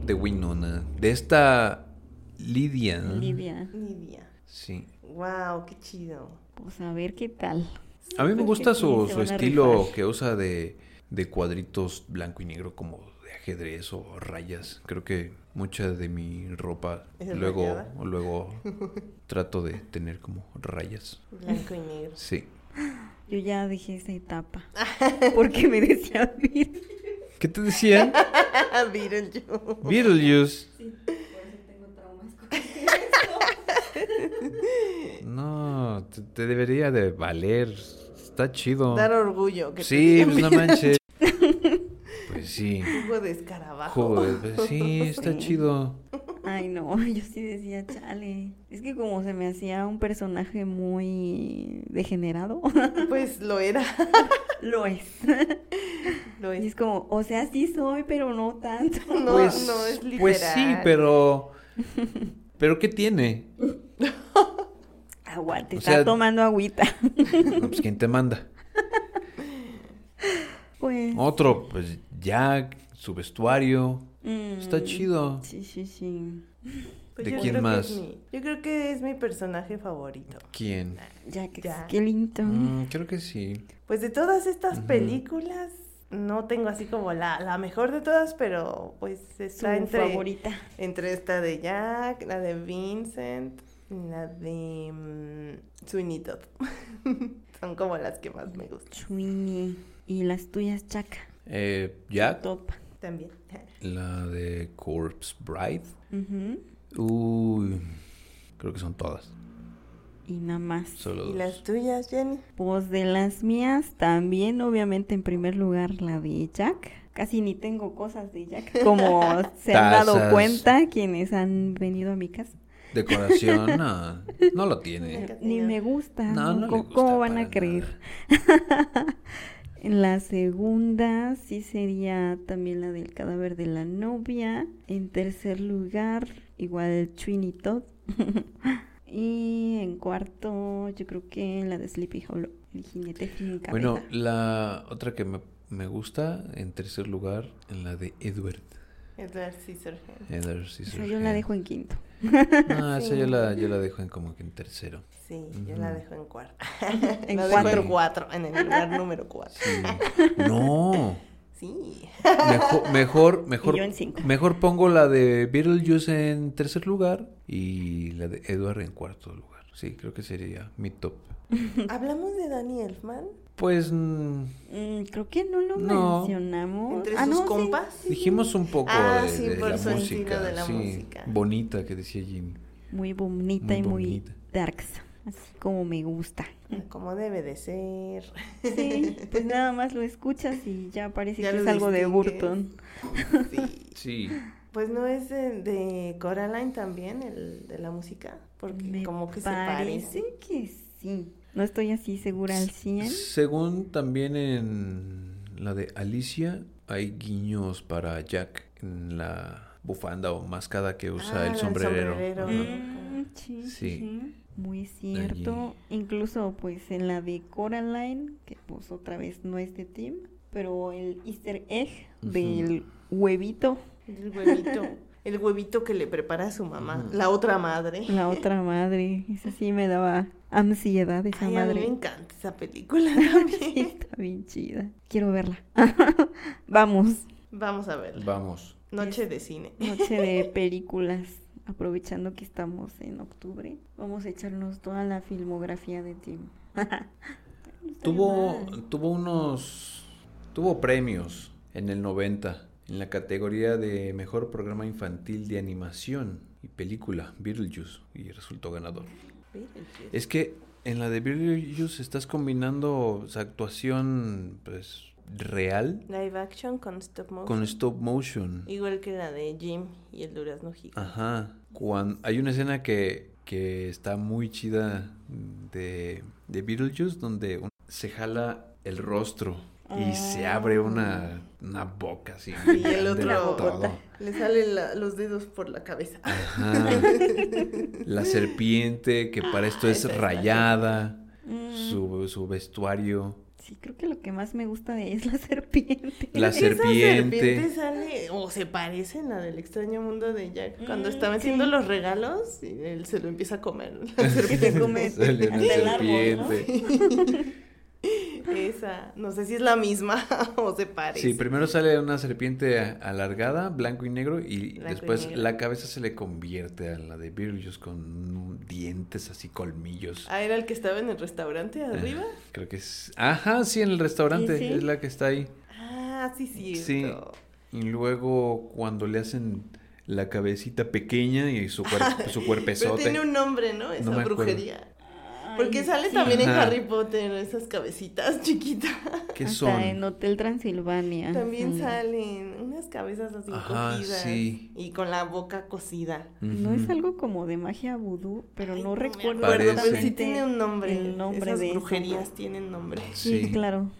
[SPEAKER 2] De Winona. De esta. Lidia. ¿no?
[SPEAKER 4] Lidia.
[SPEAKER 3] Lidia.
[SPEAKER 2] Sí.
[SPEAKER 3] Wow, qué chido.
[SPEAKER 4] Pues a ver qué tal.
[SPEAKER 2] A mí me
[SPEAKER 4] Porque
[SPEAKER 2] gusta
[SPEAKER 4] sí,
[SPEAKER 2] su,
[SPEAKER 4] se
[SPEAKER 2] su
[SPEAKER 4] van a
[SPEAKER 2] estilo
[SPEAKER 4] rifar.
[SPEAKER 2] que usa de, de cuadritos blanco y negro como de ajedrez o rayas. Creo que mucha de mi ropa
[SPEAKER 3] ¿Es
[SPEAKER 2] luego,
[SPEAKER 3] rayada?
[SPEAKER 2] luego trato de tener como rayas.
[SPEAKER 3] Blanco y negro.
[SPEAKER 2] Sí.
[SPEAKER 4] Yo ya dejé esa etapa. Porque me decía Vir.
[SPEAKER 2] ¿Qué te decía?
[SPEAKER 3] Beetlejuice.
[SPEAKER 2] Beetlejuice. No, te, te debería de valer. Está chido.
[SPEAKER 3] Dar orgullo. Que te
[SPEAKER 2] Sí,
[SPEAKER 3] digan
[SPEAKER 2] pues no
[SPEAKER 3] Beetlejuice.
[SPEAKER 2] manches. Pues sí.
[SPEAKER 3] Jugo de escarabajo.
[SPEAKER 2] Joder, pues sí, está chido.
[SPEAKER 4] Ay, no, yo sí decía, chale. Es que como se me hacía un personaje muy degenerado,
[SPEAKER 3] Pues lo era.
[SPEAKER 4] lo es.
[SPEAKER 3] Lo
[SPEAKER 4] Y
[SPEAKER 3] es.
[SPEAKER 4] es como, o sea, sí soy, pero no tanto.
[SPEAKER 3] No,
[SPEAKER 2] pues,
[SPEAKER 3] no es literal.
[SPEAKER 2] pues sí, pero. ¿Pero qué tiene?
[SPEAKER 4] Aguante,
[SPEAKER 2] O
[SPEAKER 4] está
[SPEAKER 2] sea-
[SPEAKER 4] tomando agüita.
[SPEAKER 2] No, pues quién te manda.
[SPEAKER 4] Pues.
[SPEAKER 2] Otro, pues Jack, su vestuario. Está
[SPEAKER 4] mm,
[SPEAKER 2] chido.
[SPEAKER 4] Sí, sí, sí.
[SPEAKER 3] Pues
[SPEAKER 2] ¿De
[SPEAKER 3] yo
[SPEAKER 2] quién
[SPEAKER 3] creo que
[SPEAKER 2] más?
[SPEAKER 3] es mi- yo creo que es mi personaje favorito.
[SPEAKER 2] ¿Quién?
[SPEAKER 4] Ya que
[SPEAKER 3] Ya.
[SPEAKER 4] qué lindo.
[SPEAKER 2] Mm, creo que sí.
[SPEAKER 3] Pues de todas estas películas, no tengo así como la, la mejor de todas, pero pues
[SPEAKER 4] Su
[SPEAKER 3] está entre,
[SPEAKER 4] favorita.
[SPEAKER 3] entre esta de Jack, la de Vincent, y la de mm, Sweeney Todd. Son como las que más me gustan.
[SPEAKER 4] Sweeney. Y las tuyas, Chaca.
[SPEAKER 2] Eh, Jack,
[SPEAKER 4] Top.
[SPEAKER 3] También.
[SPEAKER 2] la de Corpse Bride.
[SPEAKER 4] Ujú.
[SPEAKER 2] Uy, creo que son todas.
[SPEAKER 4] Y nada más.
[SPEAKER 2] Solo
[SPEAKER 3] ¿Y
[SPEAKER 2] dos.
[SPEAKER 3] las tuyas, Jenny?
[SPEAKER 4] Pues de las mías también, obviamente en primer lugar la de Jack. Casi ni tengo cosas de Jack, como se han dado
[SPEAKER 2] Tazas.
[SPEAKER 4] cuenta quienes han venido a mi casa.
[SPEAKER 2] Decoración, no, no lo tiene.
[SPEAKER 4] Ni me gusta.
[SPEAKER 2] No, no le
[SPEAKER 4] ¿Cómo,
[SPEAKER 2] gusta
[SPEAKER 4] cómo van
[SPEAKER 2] para
[SPEAKER 4] a
[SPEAKER 2] nada.
[SPEAKER 4] creer? En la segunda sí sería también la del cadáver de la novia. En tercer lugar, igual Trinity Todd. y en cuarto, yo creo que la de Sleepy Hollow. El jinete sin cabeza.
[SPEAKER 2] Bueno, la otra que me, me gusta, en tercer lugar, en la de Edward.
[SPEAKER 3] Edward Scissorhands.
[SPEAKER 2] Edward
[SPEAKER 4] Esa yo
[SPEAKER 2] eh,
[SPEAKER 4] la dejo en quinto.
[SPEAKER 2] No, esa
[SPEAKER 3] Sí.
[SPEAKER 2] yo la, yo la dejo en como que en tercero.
[SPEAKER 3] Sí, yo la
[SPEAKER 2] Ujú.
[SPEAKER 3] dejo en cuarto.
[SPEAKER 4] En
[SPEAKER 3] la dejo
[SPEAKER 4] cuatro.
[SPEAKER 3] en cuatro, en el lugar número cuatro.
[SPEAKER 2] Sí. No.
[SPEAKER 3] Sí.
[SPEAKER 2] Mejor, mejor,
[SPEAKER 4] Y yo en
[SPEAKER 2] mejor,
[SPEAKER 4] cinco.
[SPEAKER 2] mejor pongo la de Beetlejuice en tercer lugar y la de Edward en cuarto lugar. Sí, creo que sería mi top.
[SPEAKER 3] Hablamos de Danny Elfman.
[SPEAKER 2] Pues mm,
[SPEAKER 4] Mm, creo que no lo
[SPEAKER 2] No.
[SPEAKER 4] mencionamos.
[SPEAKER 3] Entre
[SPEAKER 4] Ah,
[SPEAKER 3] sus
[SPEAKER 4] no, sí.
[SPEAKER 3] compas.
[SPEAKER 2] dijimos un poco
[SPEAKER 3] Ah,
[SPEAKER 2] de,
[SPEAKER 3] sí,
[SPEAKER 2] de
[SPEAKER 3] por
[SPEAKER 2] la
[SPEAKER 3] su estilo
[SPEAKER 2] música,
[SPEAKER 3] de la
[SPEAKER 2] sí,
[SPEAKER 3] música.
[SPEAKER 2] bonita que decía Jimmy.
[SPEAKER 4] Muy bonita
[SPEAKER 2] Muy
[SPEAKER 4] y muy
[SPEAKER 2] bonita.
[SPEAKER 4] darks. Así como me gusta.
[SPEAKER 3] Como debe de ser.
[SPEAKER 4] Sí, pues nada más lo escuchas y ya parece
[SPEAKER 3] Ya
[SPEAKER 4] que
[SPEAKER 3] lo
[SPEAKER 4] es algo de
[SPEAKER 3] distingues.
[SPEAKER 4] Burton.
[SPEAKER 3] Sí.
[SPEAKER 2] Sí,
[SPEAKER 3] Pues no es de, de Coraline también, el de la música. Porque
[SPEAKER 4] Me
[SPEAKER 3] como que se
[SPEAKER 4] parece
[SPEAKER 3] parece.
[SPEAKER 4] que sí. No estoy así segura al 100.
[SPEAKER 2] Según también en la de Alicia, hay guiños para Jack en la bufanda o máscara que usa
[SPEAKER 3] Ah,
[SPEAKER 2] el
[SPEAKER 3] el
[SPEAKER 2] sombrerero.
[SPEAKER 3] sombrerero.
[SPEAKER 2] Ajá.
[SPEAKER 4] Mm, sí,
[SPEAKER 2] Sí.
[SPEAKER 4] sí. Muy cierto. Incluso pues en la de Coraline, que pues otra vez no es de Tim, pero el easter egg
[SPEAKER 2] Ujú.
[SPEAKER 4] del huevito,
[SPEAKER 3] El huevito. El huevito que le prepara a su mamá,
[SPEAKER 2] Ujú.
[SPEAKER 3] la otra madre.
[SPEAKER 4] la otra madre. Esa sí me daba ansiedad esa
[SPEAKER 3] Ay, a mí me
[SPEAKER 4] madre.
[SPEAKER 3] encanta esa película
[SPEAKER 4] Sí,
[SPEAKER 3] también.
[SPEAKER 4] está bien chida. Quiero verla. Vamos.
[SPEAKER 3] Vamos a verla.
[SPEAKER 2] Vamos.
[SPEAKER 3] Noche de cine.
[SPEAKER 4] Noche de películas. Aprovechando que estamos en octubre, vamos a echarnos toda la filmografía de Tim. No está
[SPEAKER 2] Tuvo,
[SPEAKER 4] mal.
[SPEAKER 2] tuvo unos. Tuvo premios en el 90 en la categoría de mejor programa infantil de animación y película, Beetlejuice, y resultó ganador.
[SPEAKER 3] Beetlejuice.
[SPEAKER 2] Es que en la de Beetlejuice estás combinando o sea, actuación pues real
[SPEAKER 3] Live action con stop motion.
[SPEAKER 2] con Ah, stop motion.
[SPEAKER 3] Igual que la de Jim y el durazno gigante.
[SPEAKER 2] Ajá. Cuan- hay una escena que, que está muy chida de, de Beetlejuice donde un- se jala el rostro y se abre una, una boca así.
[SPEAKER 3] Ah. Y
[SPEAKER 2] grande
[SPEAKER 3] el otro
[SPEAKER 2] todo.
[SPEAKER 3] le salen la- los dedos por la cabeza.
[SPEAKER 2] Ajá. La serpiente que para esto
[SPEAKER 3] Ah,
[SPEAKER 2] es
[SPEAKER 3] esa está
[SPEAKER 2] rayada.
[SPEAKER 4] Mm,
[SPEAKER 2] Su, su vestuario.
[SPEAKER 4] Sí, creo que lo que más me gusta de ella es la serpiente.
[SPEAKER 2] La
[SPEAKER 3] Esa
[SPEAKER 2] serpiente.
[SPEAKER 3] serpiente sale o se parece a la del extraño mundo de Jack cuando
[SPEAKER 4] Mm,
[SPEAKER 3] estaban
[SPEAKER 4] sí.
[SPEAKER 3] haciendo los regalos y él se lo empieza a comer.
[SPEAKER 4] que se come
[SPEAKER 2] Sale una
[SPEAKER 4] hasta el árbol, ¿no?
[SPEAKER 2] serpiente.
[SPEAKER 3] Esa, no sé si es la misma o se parece.
[SPEAKER 2] Sí, primero sale una serpiente a- alargada, blanco y negro, y
[SPEAKER 3] Blanco y
[SPEAKER 2] después
[SPEAKER 3] negro.
[SPEAKER 2] la cabeza se le convierte a la de Beetlejuice con dientes así, colmillos.
[SPEAKER 3] Ah, era el que estaba en el restaurante
[SPEAKER 2] Ah,
[SPEAKER 3] arriba.
[SPEAKER 2] Creo que es... Ajá, sí, en el restaurante
[SPEAKER 4] Sí, sí.
[SPEAKER 2] es la que está ahí.
[SPEAKER 3] Ah, sí, cierto.
[SPEAKER 2] Sí. Y luego cuando le hacen la cabecita pequeña y su, cuer- su
[SPEAKER 3] Pero
[SPEAKER 2] cuerpezote.
[SPEAKER 3] tiene un nombre, ¿no? Esa
[SPEAKER 2] me acuerdo.
[SPEAKER 3] brujería.
[SPEAKER 4] Ay,
[SPEAKER 3] Porque sale
[SPEAKER 4] sí.
[SPEAKER 3] también en
[SPEAKER 2] Ajá.
[SPEAKER 3] Harry Potter esas cabecitas chiquitas.
[SPEAKER 2] ¿Qué
[SPEAKER 4] Hasta
[SPEAKER 2] son?
[SPEAKER 4] en Hotel Transilvania.
[SPEAKER 3] También
[SPEAKER 4] Mm.
[SPEAKER 3] salen unas cabezas así
[SPEAKER 2] Ajá,
[SPEAKER 3] cogidas
[SPEAKER 2] sí.
[SPEAKER 3] y con la boca cosida.
[SPEAKER 4] No es
[SPEAKER 2] Ujú.
[SPEAKER 4] algo como de magia vudú, pero
[SPEAKER 3] Ay,
[SPEAKER 4] no
[SPEAKER 3] me
[SPEAKER 4] recuerdo
[SPEAKER 3] acuerdo, Pero sí
[SPEAKER 2] Parece.
[SPEAKER 3] tiene un nombre.
[SPEAKER 4] el nombre
[SPEAKER 3] Esas
[SPEAKER 4] de eso.
[SPEAKER 3] brujerías tienen nombre.
[SPEAKER 4] Sí,
[SPEAKER 2] Sí.
[SPEAKER 4] claro.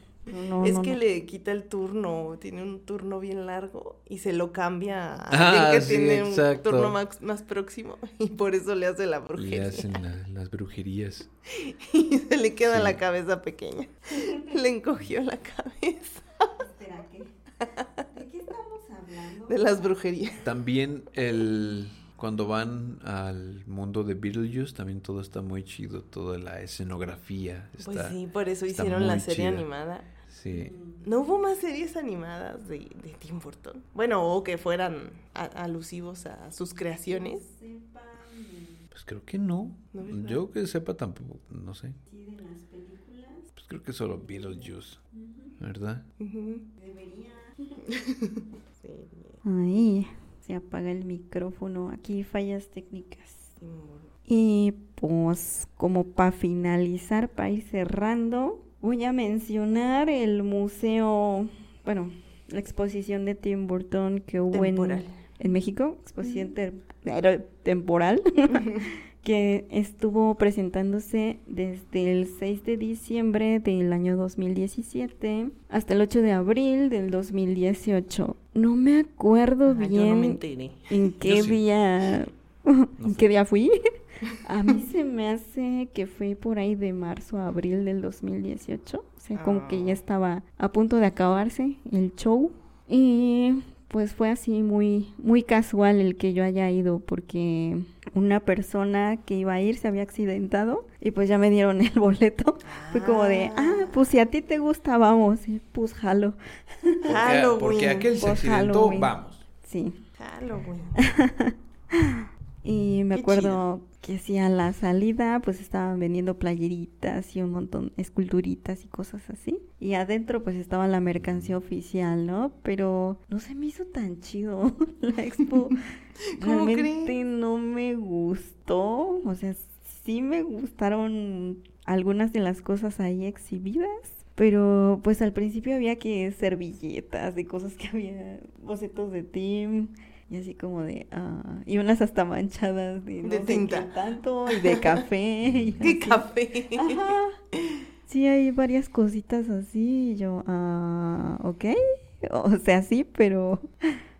[SPEAKER 4] No,
[SPEAKER 3] es
[SPEAKER 4] no,
[SPEAKER 3] que
[SPEAKER 4] no.
[SPEAKER 3] le quita el turno, tiene un turno bien largo y se lo cambia a
[SPEAKER 2] Ah,
[SPEAKER 3] alguien que
[SPEAKER 2] sí,
[SPEAKER 3] tiene
[SPEAKER 2] exacto.
[SPEAKER 3] un turno más, más próximo y por eso le hace la
[SPEAKER 2] Le
[SPEAKER 3] brujería.
[SPEAKER 2] hacen la- las brujerías.
[SPEAKER 3] Y se le queda
[SPEAKER 2] Sí.
[SPEAKER 3] la cabeza pequeña. Le encogió la cabeza
[SPEAKER 4] Espera, ¿qué? ¿De qué estamos hablando?
[SPEAKER 3] de las brujerías.
[SPEAKER 2] También el cuando van al mundo de Beetlejuice, también todo está muy chido, toda la escenografía está.
[SPEAKER 3] pues sí, por eso
[SPEAKER 2] está
[SPEAKER 3] hicieron la
[SPEAKER 2] muy
[SPEAKER 3] serie
[SPEAKER 2] chida.
[SPEAKER 3] animada.
[SPEAKER 2] sí.
[SPEAKER 3] ¿No hubo más series animadas de, de Tim Burton? Bueno, o que fueran a- alusivos a sus creaciones.
[SPEAKER 2] Pues creo que no.
[SPEAKER 3] No, ¿verdad?
[SPEAKER 2] Yo que sepa tampoco, no sé. Pues creo que solo Beetlejuice, ¿verdad?
[SPEAKER 3] Ujú. Sí,
[SPEAKER 4] Ahí se apaga el micrófono. Aquí fallas técnicas.
[SPEAKER 3] Tim Burton.
[SPEAKER 4] Y pues como para finalizar, para ir cerrando, voy a mencionar el museo, bueno, la exposición de Tim Burton que hubo en
[SPEAKER 3] Temporal.
[SPEAKER 4] en México, exposición ter- era temporal, que estuvo presentándose desde el 6 de diciembre del año 2017 hasta el 8 de abril del 2018. No me acuerdo
[SPEAKER 3] Ah,
[SPEAKER 4] bien
[SPEAKER 3] Yo no me enteré.
[SPEAKER 4] en qué
[SPEAKER 2] sí.
[SPEAKER 4] día en
[SPEAKER 5] sé.
[SPEAKER 4] qué día fui. A mí se me hace que fue por ahí de marzo a abril del 2018, o sea, como que ya
[SPEAKER 3] Ah.
[SPEAKER 4] estaba a punto de acabarse el show y pues fue así muy muy casual el que yo haya ido porque una persona que iba a ir se había accidentado y pues ya me dieron el boleto. Fue como de, ah, pues si a ti te gusta, vamos, Y, pues jalo.
[SPEAKER 2] Porque,
[SPEAKER 3] Halloween.
[SPEAKER 2] porque aquel se
[SPEAKER 4] Por
[SPEAKER 2] accidentó,
[SPEAKER 4] Halloween.
[SPEAKER 2] vamos.
[SPEAKER 4] Sí,
[SPEAKER 3] Ah, Halloween.
[SPEAKER 4] Y me
[SPEAKER 3] Qué
[SPEAKER 4] acuerdo que sí, a la salida pues estaban vendiendo playeritas y un montón, esculturitas y cosas así. Y adentro pues estaba la
[SPEAKER 3] Mm.
[SPEAKER 4] mercancía oficial, ¿no? Pero no se me hizo tan chido la expo.
[SPEAKER 3] ¿Cómo
[SPEAKER 4] Realmente
[SPEAKER 3] cree?
[SPEAKER 4] no me gustó. O sea, sí me gustaron algunas de las cosas ahí exhibidas. Pero pues al principio había que servilletas de cosas que había, bocetos de team, y así como de, ah, y unas hasta manchadas de, no
[SPEAKER 3] De
[SPEAKER 4] sé
[SPEAKER 3] tinta.
[SPEAKER 4] qué tanto, y de café. y
[SPEAKER 3] ¡Qué
[SPEAKER 4] así.
[SPEAKER 3] café!
[SPEAKER 4] Ajá. Sí, hay varias cositas así, y yo, ah, ok, o sea, sí, pero,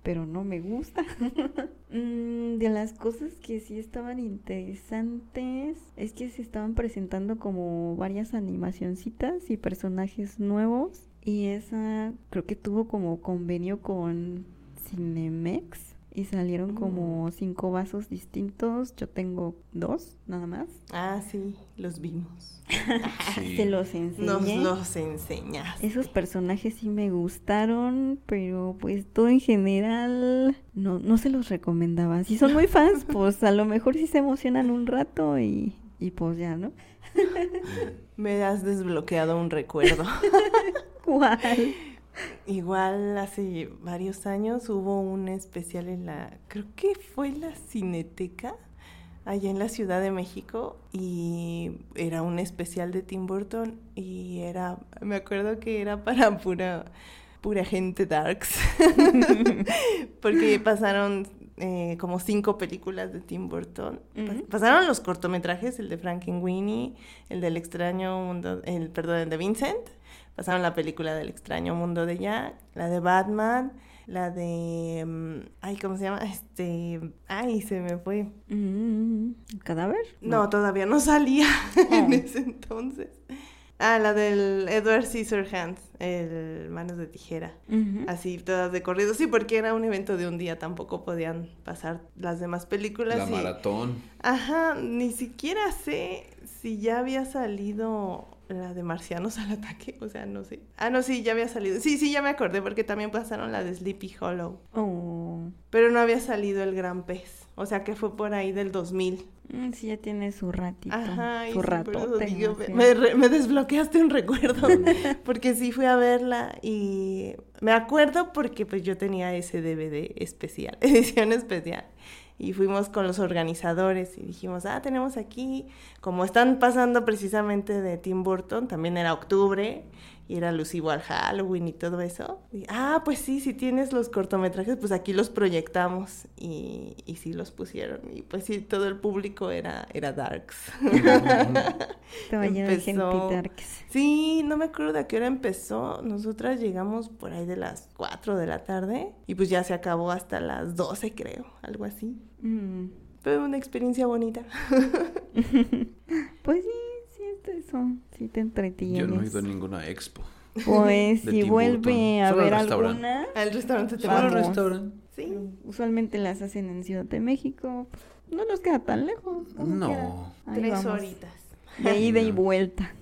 [SPEAKER 4] pero no me gusta. Mm, de las cosas que sí estaban interesantes, es que se estaban presentando como varias animacioncitas y personajes nuevos, y esa creo que tuvo como convenio con Cinemex. Y salieron como cinco vasos distintos. Yo tengo dos, nada más.
[SPEAKER 3] Ah, sí, los vimos.
[SPEAKER 2] Sí.
[SPEAKER 3] Ah,
[SPEAKER 4] Te los enseñé.
[SPEAKER 3] Nos los enseñas.
[SPEAKER 4] Esos personajes sí me gustaron, pero pues todo en general no, no se los recomendaba. Si son muy fans, pues a lo mejor sí se emocionan un rato y, y pues ya, ¿no?
[SPEAKER 2] Mm,
[SPEAKER 3] Me has desbloqueado un recuerdo.
[SPEAKER 4] ¿Cuál?
[SPEAKER 3] Igual hace varios años hubo un especial en la, creo que fue la Cineteca, allá en la Ciudad de México, y era un especial de Tim Burton y era, me acuerdo que era para pura, pura gente darks, porque pasaron eh, como cinco películas de Tim Burton. Pas-
[SPEAKER 4] Ujú.
[SPEAKER 3] Pasaron los cortometrajes, el de Frankenweenie, el del extraño mundo, el, perdón, el de Vincent. Pasaron la película del extraño mundo de Jack, la de Batman, la de... mm, Ay, ¿cómo se llama? Este... Ay, se me fue.
[SPEAKER 4] Mm, ¿Cadáver?
[SPEAKER 3] No, todavía no salía en
[SPEAKER 4] Ah.
[SPEAKER 3] ese entonces. Ah, la del Edward Scissorhands, el Manos de Tijera.
[SPEAKER 4] Ujú.
[SPEAKER 3] Así, todas de corrido. Sí, porque era un evento de un día, tampoco podían pasar las demás películas.
[SPEAKER 5] La
[SPEAKER 3] y-
[SPEAKER 5] maratón.
[SPEAKER 3] Ajá, ni siquiera sé si ya había salido la de Marcianos al ataque, o sea, no sé. Ah, no, sí, ya había salido. Sí, sí, ya me acordé porque también pasaron la de Sleepy Hollow,
[SPEAKER 4] Oh.
[SPEAKER 3] pero no había salido El Gran Pez, o sea, que fue por ahí del 2000.
[SPEAKER 4] Mm, sí, ya tiene su ratito.
[SPEAKER 3] Ajá, y
[SPEAKER 4] su
[SPEAKER 3] sí, por eso
[SPEAKER 4] ratote,
[SPEAKER 3] digo,
[SPEAKER 4] no
[SPEAKER 3] me,
[SPEAKER 4] sé.
[SPEAKER 3] me re- me desbloqueaste un recuerdo, porque sí fui a verla y me acuerdo porque pues yo tenía ese DVD especial, edición especial. Y fuimos con los organizadores y dijimos, ah, tenemos aquí, como están pasando precisamente de Tim Burton, también era octubre y era alusivo al Halloween y todo eso. Y, ah, pues sí, si tienes los cortometrajes, pues aquí los proyectamos y, y sí los pusieron. Y pues sí, todo el público era, era Darks.
[SPEAKER 4] Estaba lleno de gente
[SPEAKER 3] empezó-
[SPEAKER 4] darks.
[SPEAKER 3] Sí, no me acuerdo de a qué hora empezó. Nosotras llegamos por ahí de las 4 de la tarde y pues ya se acabó hasta las 12, creo, algo así.
[SPEAKER 4] Mm,
[SPEAKER 3] Fue una experiencia bonita.
[SPEAKER 4] Pues sí, sí, esto eso. Sí te entretienes.
[SPEAKER 5] Yo no he ido a ninguna expo.
[SPEAKER 4] Pues
[SPEAKER 5] de
[SPEAKER 4] si
[SPEAKER 5] Tim Burton.
[SPEAKER 4] vuelve a
[SPEAKER 5] Solo al
[SPEAKER 4] ver
[SPEAKER 5] restaurante.
[SPEAKER 4] alguna...
[SPEAKER 3] Al restaurante te
[SPEAKER 4] Vamos.
[SPEAKER 5] Solo
[SPEAKER 3] fueron.
[SPEAKER 5] un restaurante.
[SPEAKER 3] Sí.
[SPEAKER 4] Pero Usualmente las hacen en Ciudad de México. No nos queda tan lejos. ¿cómo queda?
[SPEAKER 5] No.
[SPEAKER 4] Ahí
[SPEAKER 3] Tres
[SPEAKER 4] vamos.
[SPEAKER 3] horitas.
[SPEAKER 4] De ida y
[SPEAKER 5] No.
[SPEAKER 4] vuelta.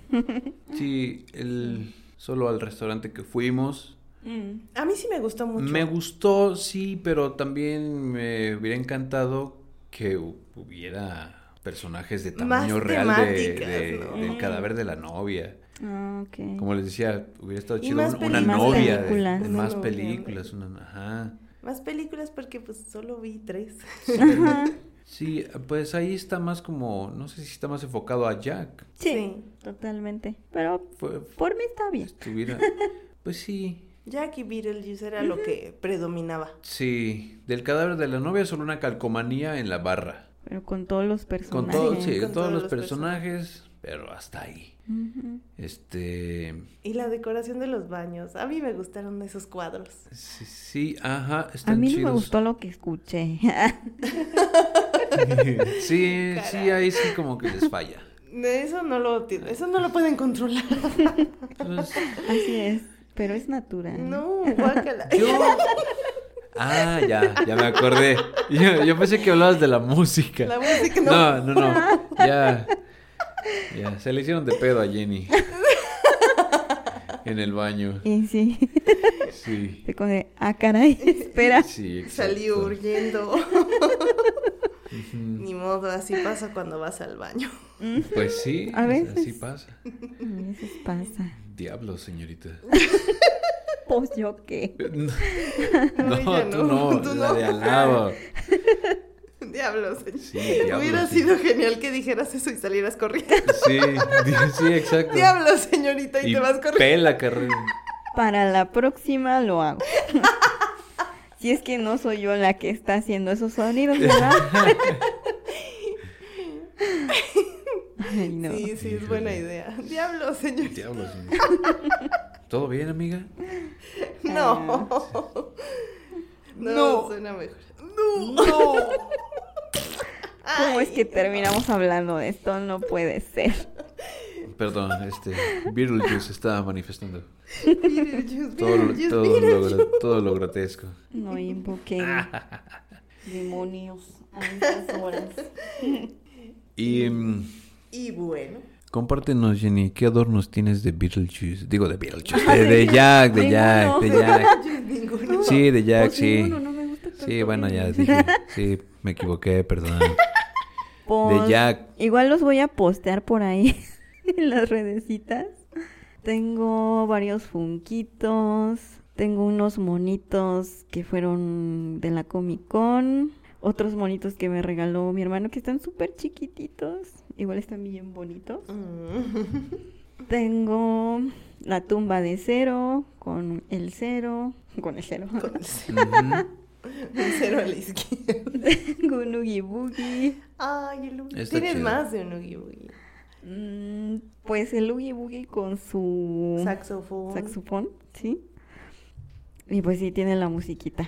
[SPEAKER 5] Sí, el solo al restaurante que fuimos.
[SPEAKER 4] Mm.
[SPEAKER 3] A mí sí me gustó mucho.
[SPEAKER 5] Me gustó, sí, pero también me hubiera encantado que hu- hubiera personajes de
[SPEAKER 3] Más
[SPEAKER 5] tamaño real de,
[SPEAKER 3] temáticas,
[SPEAKER 5] de-
[SPEAKER 3] ¿no?
[SPEAKER 5] del cadáver de la novia.
[SPEAKER 4] Ah, ok.
[SPEAKER 5] Como les decía, hubiera estado
[SPEAKER 3] Y
[SPEAKER 5] chido
[SPEAKER 3] más
[SPEAKER 5] un- una
[SPEAKER 4] películas. Más
[SPEAKER 5] novia de-
[SPEAKER 4] películas.
[SPEAKER 5] de
[SPEAKER 3] Una
[SPEAKER 5] más
[SPEAKER 3] novia,
[SPEAKER 5] películas, una- ajá.
[SPEAKER 3] Más películas porque pues solo vi tres.
[SPEAKER 4] Ajá.
[SPEAKER 5] Sí, pues ahí está más como, no sé si está más enfocado a Jack.
[SPEAKER 4] Sí,
[SPEAKER 3] Sí.
[SPEAKER 4] totalmente. Pero
[SPEAKER 5] Fue,
[SPEAKER 4] por mí está bien.
[SPEAKER 5] estuviera, pues sí,
[SPEAKER 3] Jack y Beetlejuice era lo que predominaba.
[SPEAKER 2] Sí, del cadáver de la novia solo una calcomanía en la barra.
[SPEAKER 4] Pero con todos los
[SPEAKER 2] Con,
[SPEAKER 4] personajes.
[SPEAKER 2] todo, sí, con
[SPEAKER 3] Con
[SPEAKER 2] todos
[SPEAKER 3] todos
[SPEAKER 2] los
[SPEAKER 3] los
[SPEAKER 2] personajes, pero hasta ahí.
[SPEAKER 4] Ujú.
[SPEAKER 2] Este,
[SPEAKER 3] Y la decoración de los baños. A mí me gustaron esos cuadros.
[SPEAKER 2] sí, sí, ajá,
[SPEAKER 4] A
[SPEAKER 2] están
[SPEAKER 4] mí no me
[SPEAKER 2] chidos.
[SPEAKER 4] gustó lo que escuché.
[SPEAKER 2] Sí, sí,
[SPEAKER 3] Caray.
[SPEAKER 2] ahí sí como que les falla.
[SPEAKER 3] Eso no lo, ti- eso no lo pueden controlar.
[SPEAKER 2] Entonces,
[SPEAKER 4] Así es. Pero es natural.
[SPEAKER 3] No, guácala.
[SPEAKER 2] yo... Ah, ya, ya me acordé. Yo, yo pensé que hablabas de la música.
[SPEAKER 3] La música no.
[SPEAKER 2] No, no, no. Ya. Ya. Se le hicieron de pedo a Jenny. En el baño.
[SPEAKER 4] Y sí,
[SPEAKER 2] Sí.
[SPEAKER 4] te como de, ah, caray, espera.
[SPEAKER 2] Sí, exacto.
[SPEAKER 3] Salí huyendo. Ni modo, así pasa cuando vas al baño.
[SPEAKER 2] Pues sí.
[SPEAKER 4] A veces.
[SPEAKER 2] Así pasa.
[SPEAKER 4] Mm, A veces pasa.
[SPEAKER 2] Diablo, señorita.
[SPEAKER 4] Pues yo qué.
[SPEAKER 2] No,
[SPEAKER 3] Ella
[SPEAKER 2] tú
[SPEAKER 3] no,
[SPEAKER 2] no.
[SPEAKER 3] tú
[SPEAKER 2] la
[SPEAKER 3] no.
[SPEAKER 2] de al lado.
[SPEAKER 3] Diablos.
[SPEAKER 2] Sí, diablos.
[SPEAKER 3] Hubiera
[SPEAKER 2] sí.
[SPEAKER 3] sido genial que dijeras eso y salieras corriendo.
[SPEAKER 2] Sí, di- sí, exacto.
[SPEAKER 3] Diablos, señorita, y,
[SPEAKER 2] Y
[SPEAKER 3] te vas corriendo.
[SPEAKER 2] pela, carrera.
[SPEAKER 4] Para la próxima lo hago. si es que no soy yo la que está haciendo esos sonidos, ¿verdad? Ay, no.
[SPEAKER 3] Sí, sí, es buena idea. Diablos, señorita.
[SPEAKER 2] Diablo, señorita. ¿Todo bien, amiga?
[SPEAKER 3] No.
[SPEAKER 4] Ah.
[SPEAKER 3] No,
[SPEAKER 2] No.
[SPEAKER 3] suena mejor. No.
[SPEAKER 4] ¿Cómo es que terminamos hablando de esto? No puede ser.
[SPEAKER 2] Perdón, este. Beetlejuice estaba manifestando.
[SPEAKER 3] Beetlejuice,
[SPEAKER 2] Todo, lo-
[SPEAKER 3] Beetlejuice,
[SPEAKER 2] todo lo,
[SPEAKER 3] Beetlejuice.
[SPEAKER 2] gra- todo lo grotesco.
[SPEAKER 4] No invoqué demonios a estas horas.
[SPEAKER 2] Y mm,
[SPEAKER 3] Y bueno,
[SPEAKER 2] compártenos, Jenny, ¿qué adornos tienes de Beetlejuice? Digo, de Beetlejuice. De, de Jack, de Jack, de Jack.
[SPEAKER 3] ninguno.
[SPEAKER 2] Sí, de Jack,
[SPEAKER 4] Pues
[SPEAKER 2] sí.
[SPEAKER 4] ninguno, no me gusta
[SPEAKER 2] Sí,
[SPEAKER 4] tanto
[SPEAKER 2] bueno, ya
[SPEAKER 4] Beetlejuice.
[SPEAKER 2] dije. Sí, me equivoqué, perdón.
[SPEAKER 4] Pues,
[SPEAKER 2] De Jack.
[SPEAKER 4] Igual los voy a postear por ahí en las redecitas. Tengo varios funquitos. Tengo unos monitos que fueron de la Comic Con. Otros monitos que me regaló mi hermano que están súper chiquititos. Igual están bien bonitos.
[SPEAKER 3] Mm.
[SPEAKER 4] Tengo la tumba de cero con el cero. Con el cero.
[SPEAKER 3] Con el cero,
[SPEAKER 2] Ujú.
[SPEAKER 3] un cero a la izquierda.
[SPEAKER 4] Tengo un Oogie Boogie.
[SPEAKER 3] Ay, el Oogie.
[SPEAKER 2] Está
[SPEAKER 3] Tienes
[SPEAKER 2] chido.
[SPEAKER 3] más de un Oogie Boogie.
[SPEAKER 4] Mm, pues el Oogie Boogie con su...
[SPEAKER 3] Saxofón.
[SPEAKER 4] saxofón, sí. Y pues sí, tiene la musiquita.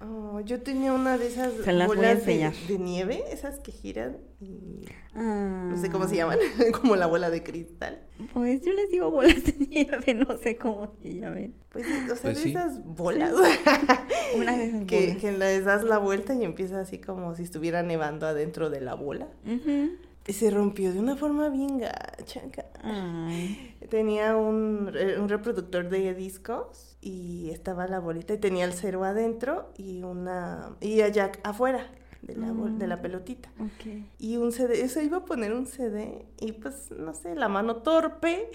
[SPEAKER 3] Oh, yo tenía una de esas
[SPEAKER 4] Se las voy a
[SPEAKER 3] bolas de,
[SPEAKER 4] enseñar.
[SPEAKER 3] de nieve, esas que giran. y
[SPEAKER 4] No
[SPEAKER 3] No sé
[SPEAKER 4] Ah.
[SPEAKER 3] cómo se llaman, como la bola de cristal.
[SPEAKER 4] Pues yo les digo bolas de nieve, no sé cómo se llamen.
[SPEAKER 3] Pues, sí, o sea,
[SPEAKER 2] Pues
[SPEAKER 3] de
[SPEAKER 2] sí.
[SPEAKER 3] esas bolas.
[SPEAKER 4] Una de esas
[SPEAKER 3] que,
[SPEAKER 4] bolas.
[SPEAKER 3] que les das la vuelta y empieza así como si estuviera nevando adentro de la bola.
[SPEAKER 4] Ujú.
[SPEAKER 3] Y se rompió de una forma bien gacha. ga-
[SPEAKER 4] Ay,
[SPEAKER 3] Tenía un, re- un reproductor de discos y estaba la bolita y tenía el cero adentro y una y a Jack afuera de la, bol-
[SPEAKER 4] Mm.
[SPEAKER 3] de la pelotita.
[SPEAKER 4] ok.
[SPEAKER 3] Y un CD, eso iba a poner un CD y pues no sé, la mano torpe,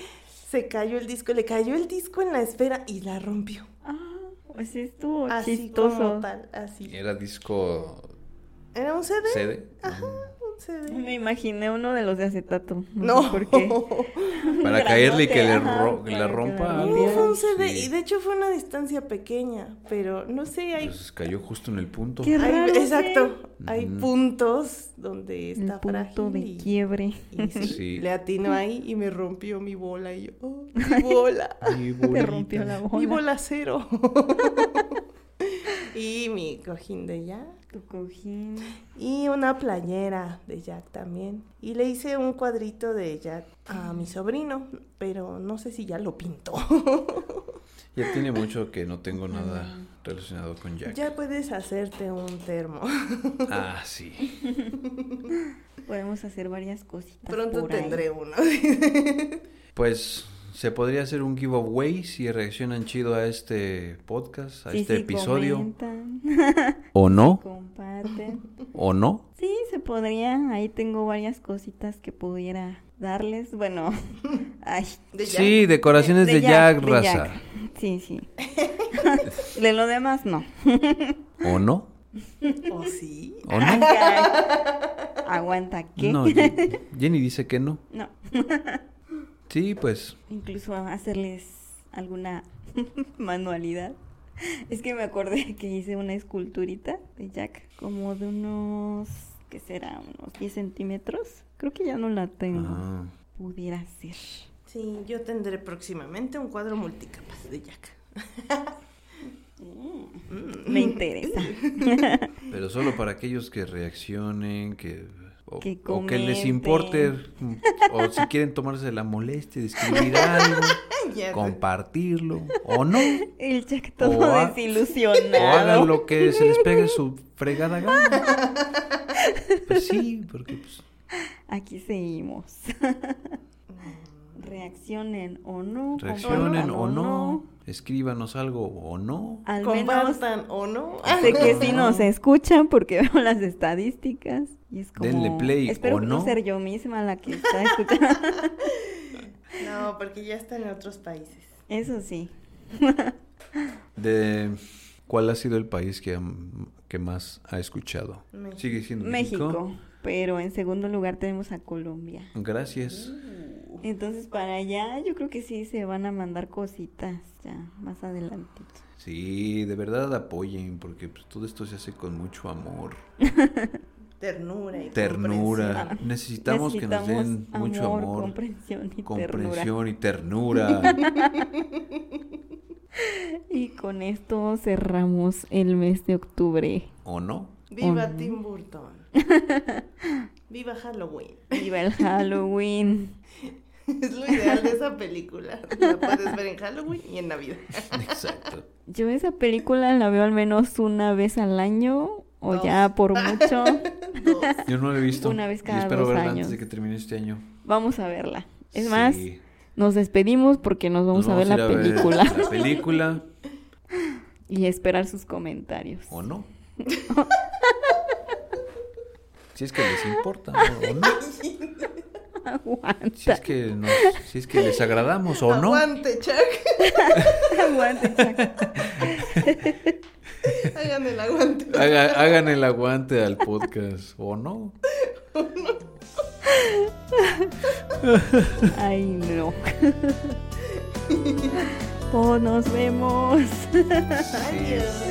[SPEAKER 3] se cayó el disco, le cayó el disco en la esfera y la rompió.
[SPEAKER 4] Ah, pues sí estuvo
[SPEAKER 3] Así Ah, como
[SPEAKER 4] chistoso.
[SPEAKER 3] tal, así.
[SPEAKER 2] Era disco
[SPEAKER 3] Era un CD,
[SPEAKER 2] CD.
[SPEAKER 3] un CD.
[SPEAKER 4] Me imaginé uno de los de acetato.
[SPEAKER 3] No,
[SPEAKER 4] sé por qué.
[SPEAKER 2] Para caerle y que le,
[SPEAKER 4] Ajá,
[SPEAKER 2] ro- que le
[SPEAKER 4] para que
[SPEAKER 2] rompa
[SPEAKER 4] le
[SPEAKER 2] algo.
[SPEAKER 3] No,
[SPEAKER 4] rompiera.
[SPEAKER 3] fue un CD
[SPEAKER 2] Sí.
[SPEAKER 3] y de hecho fue una distancia pequeña, pero no sé, hay
[SPEAKER 2] Pues cayó justo en el punto.
[SPEAKER 4] Qué
[SPEAKER 3] Hay-
[SPEAKER 4] raro,
[SPEAKER 3] exacto, hay
[SPEAKER 2] Ujú.
[SPEAKER 3] puntos donde
[SPEAKER 4] El
[SPEAKER 3] está
[SPEAKER 4] punto
[SPEAKER 3] frágil
[SPEAKER 4] de
[SPEAKER 3] y-
[SPEAKER 4] quiebre.
[SPEAKER 3] y sí,
[SPEAKER 2] Sí.
[SPEAKER 3] le atino ahí y me rompió mi bola y yo, "Oh, mi bola,
[SPEAKER 2] Mi
[SPEAKER 4] Te
[SPEAKER 2] bolita.
[SPEAKER 4] rompió la bola.
[SPEAKER 3] mi bola cero. y mi cojín de Jack
[SPEAKER 4] Tu cojín.
[SPEAKER 3] y una playera de Jack también. Y le hice un cuadrito de Jack a mi sobrino, pero no sé si ya lo pintó.
[SPEAKER 2] Ya tiene mucho que no tengo nada relacionado con Jack.
[SPEAKER 3] ya puedes hacerte un termo.
[SPEAKER 2] Ah, sí.
[SPEAKER 4] Podemos hacer varias cositas.
[SPEAKER 3] Pronto
[SPEAKER 4] por ahí.
[SPEAKER 3] tendré uno.
[SPEAKER 2] Pues se podría hacer un giveaway si reaccionan chido a este podcast, a
[SPEAKER 4] Sí,
[SPEAKER 2] este
[SPEAKER 4] sí,
[SPEAKER 2] episodio.
[SPEAKER 4] comentan.
[SPEAKER 2] O no,
[SPEAKER 4] Comparten.
[SPEAKER 2] o no.
[SPEAKER 4] Sí, se podría. Ahí tengo varias cositas que pudiera darles. Bueno, ay.
[SPEAKER 3] De Jack.
[SPEAKER 2] Sí, decoraciones de, Jack,
[SPEAKER 4] de
[SPEAKER 2] raza.
[SPEAKER 4] Jack. Sí, sí. De lo demás, no.
[SPEAKER 2] ¿O no?
[SPEAKER 3] ¿O sí?
[SPEAKER 2] ¿O no?
[SPEAKER 4] Aguanta, ¿qué?
[SPEAKER 2] No, Ye- Jenny dice que no.
[SPEAKER 4] No.
[SPEAKER 2] Sí, pues
[SPEAKER 4] Incluso hacerles alguna manualidad. Es que me acordé que hice una esculturita de Jack, como de unos, ¿qué será? Unos 10 centímetros. Creo que ya no la tengo.
[SPEAKER 2] Ah,
[SPEAKER 4] Pudiera ser.
[SPEAKER 3] Sí, yo tendré próximamente un cuadro multicapas de Jack.
[SPEAKER 2] Mm.
[SPEAKER 4] Me interesa.
[SPEAKER 2] pero solo para aquellos que reaccionen, que... O
[SPEAKER 4] Que
[SPEAKER 2] o que les
[SPEAKER 4] comenten.
[SPEAKER 2] importe, o si quieren tomarse la molestia de escribir algo,
[SPEAKER 3] Ya,
[SPEAKER 2] compartirlo, o no,
[SPEAKER 4] El Jack
[SPEAKER 2] O
[SPEAKER 4] todo
[SPEAKER 2] ha- o hagan
[SPEAKER 4] desilusionado.
[SPEAKER 2] lo que se les pegue su fregada gana. Pues sí, porque pues,
[SPEAKER 4] Aquí seguimos. Reaccionen o no.
[SPEAKER 2] reaccionen
[SPEAKER 4] compartan
[SPEAKER 2] o no, escríbanos algo o no.
[SPEAKER 4] Al menos
[SPEAKER 3] Compartan o no.
[SPEAKER 4] sé que sí nos escuchan porque veo las estadísticas. Y es como...
[SPEAKER 2] Denle play
[SPEAKER 4] Espero
[SPEAKER 2] o no.
[SPEAKER 4] ser yo misma la que está escuchando.
[SPEAKER 3] No, porque ya está en otros países.
[SPEAKER 4] Eso sí.
[SPEAKER 2] De cuál ha sido el país que, am- que más ha escuchado.
[SPEAKER 3] México.
[SPEAKER 2] Sigue siendo México.
[SPEAKER 4] México. Pero en segundo lugar tenemos a Colombia.
[SPEAKER 2] Gracias.
[SPEAKER 4] Entonces para allá yo creo que sí se van a mandar cositas ya más adelantito.
[SPEAKER 2] Sí, de verdad apoyen, porque pues, todo esto se hace con mucho amor,
[SPEAKER 3] Ternura y
[SPEAKER 2] ternura.
[SPEAKER 3] comprensión.
[SPEAKER 2] Necesitamos, que nos den
[SPEAKER 4] Necesitamos
[SPEAKER 2] mucho amor,
[SPEAKER 4] comprensión y ternura.
[SPEAKER 2] comprensión y ternura.
[SPEAKER 4] Y con esto cerramos el mes de octubre.
[SPEAKER 2] ¿O no?
[SPEAKER 3] Viva
[SPEAKER 4] Ujú.
[SPEAKER 3] Tim Burton. Viva Halloween.
[SPEAKER 4] Viva el Halloween.
[SPEAKER 3] Es lo ideal de esa película. La puedes ver en Halloween y en Navidad.
[SPEAKER 2] Exacto.
[SPEAKER 4] Yo esa película la veo al menos una vez al año o
[SPEAKER 3] Dos.
[SPEAKER 4] ya por mucho.
[SPEAKER 3] Dos.
[SPEAKER 2] Yo no lo he visto.
[SPEAKER 4] Una vez
[SPEAKER 2] y
[SPEAKER 4] cada
[SPEAKER 2] espero
[SPEAKER 4] dos
[SPEAKER 2] verla
[SPEAKER 4] años.
[SPEAKER 2] antes de que termine este año.
[SPEAKER 4] Vamos a verla. Es más,
[SPEAKER 2] Sí.
[SPEAKER 4] nos despedimos porque nos vamos,
[SPEAKER 2] Nos
[SPEAKER 4] a ver
[SPEAKER 2] ir
[SPEAKER 4] la película
[SPEAKER 2] La película,
[SPEAKER 4] y esperar sus comentarios.
[SPEAKER 2] ¿o no? si es que les importa, ¿no? ¿o no?
[SPEAKER 4] Aguanta.
[SPEAKER 2] Si es que, nos- si es que les agradamos, ¿o no?
[SPEAKER 3] Aguante, Chuck.
[SPEAKER 4] Aguante, Chac.
[SPEAKER 3] Hagan el aguante.
[SPEAKER 2] Haga- hagan el aguante al podcast, ¿o no?
[SPEAKER 4] Ay, no. Pues nos vemos.
[SPEAKER 2] Sí.
[SPEAKER 3] Adiós.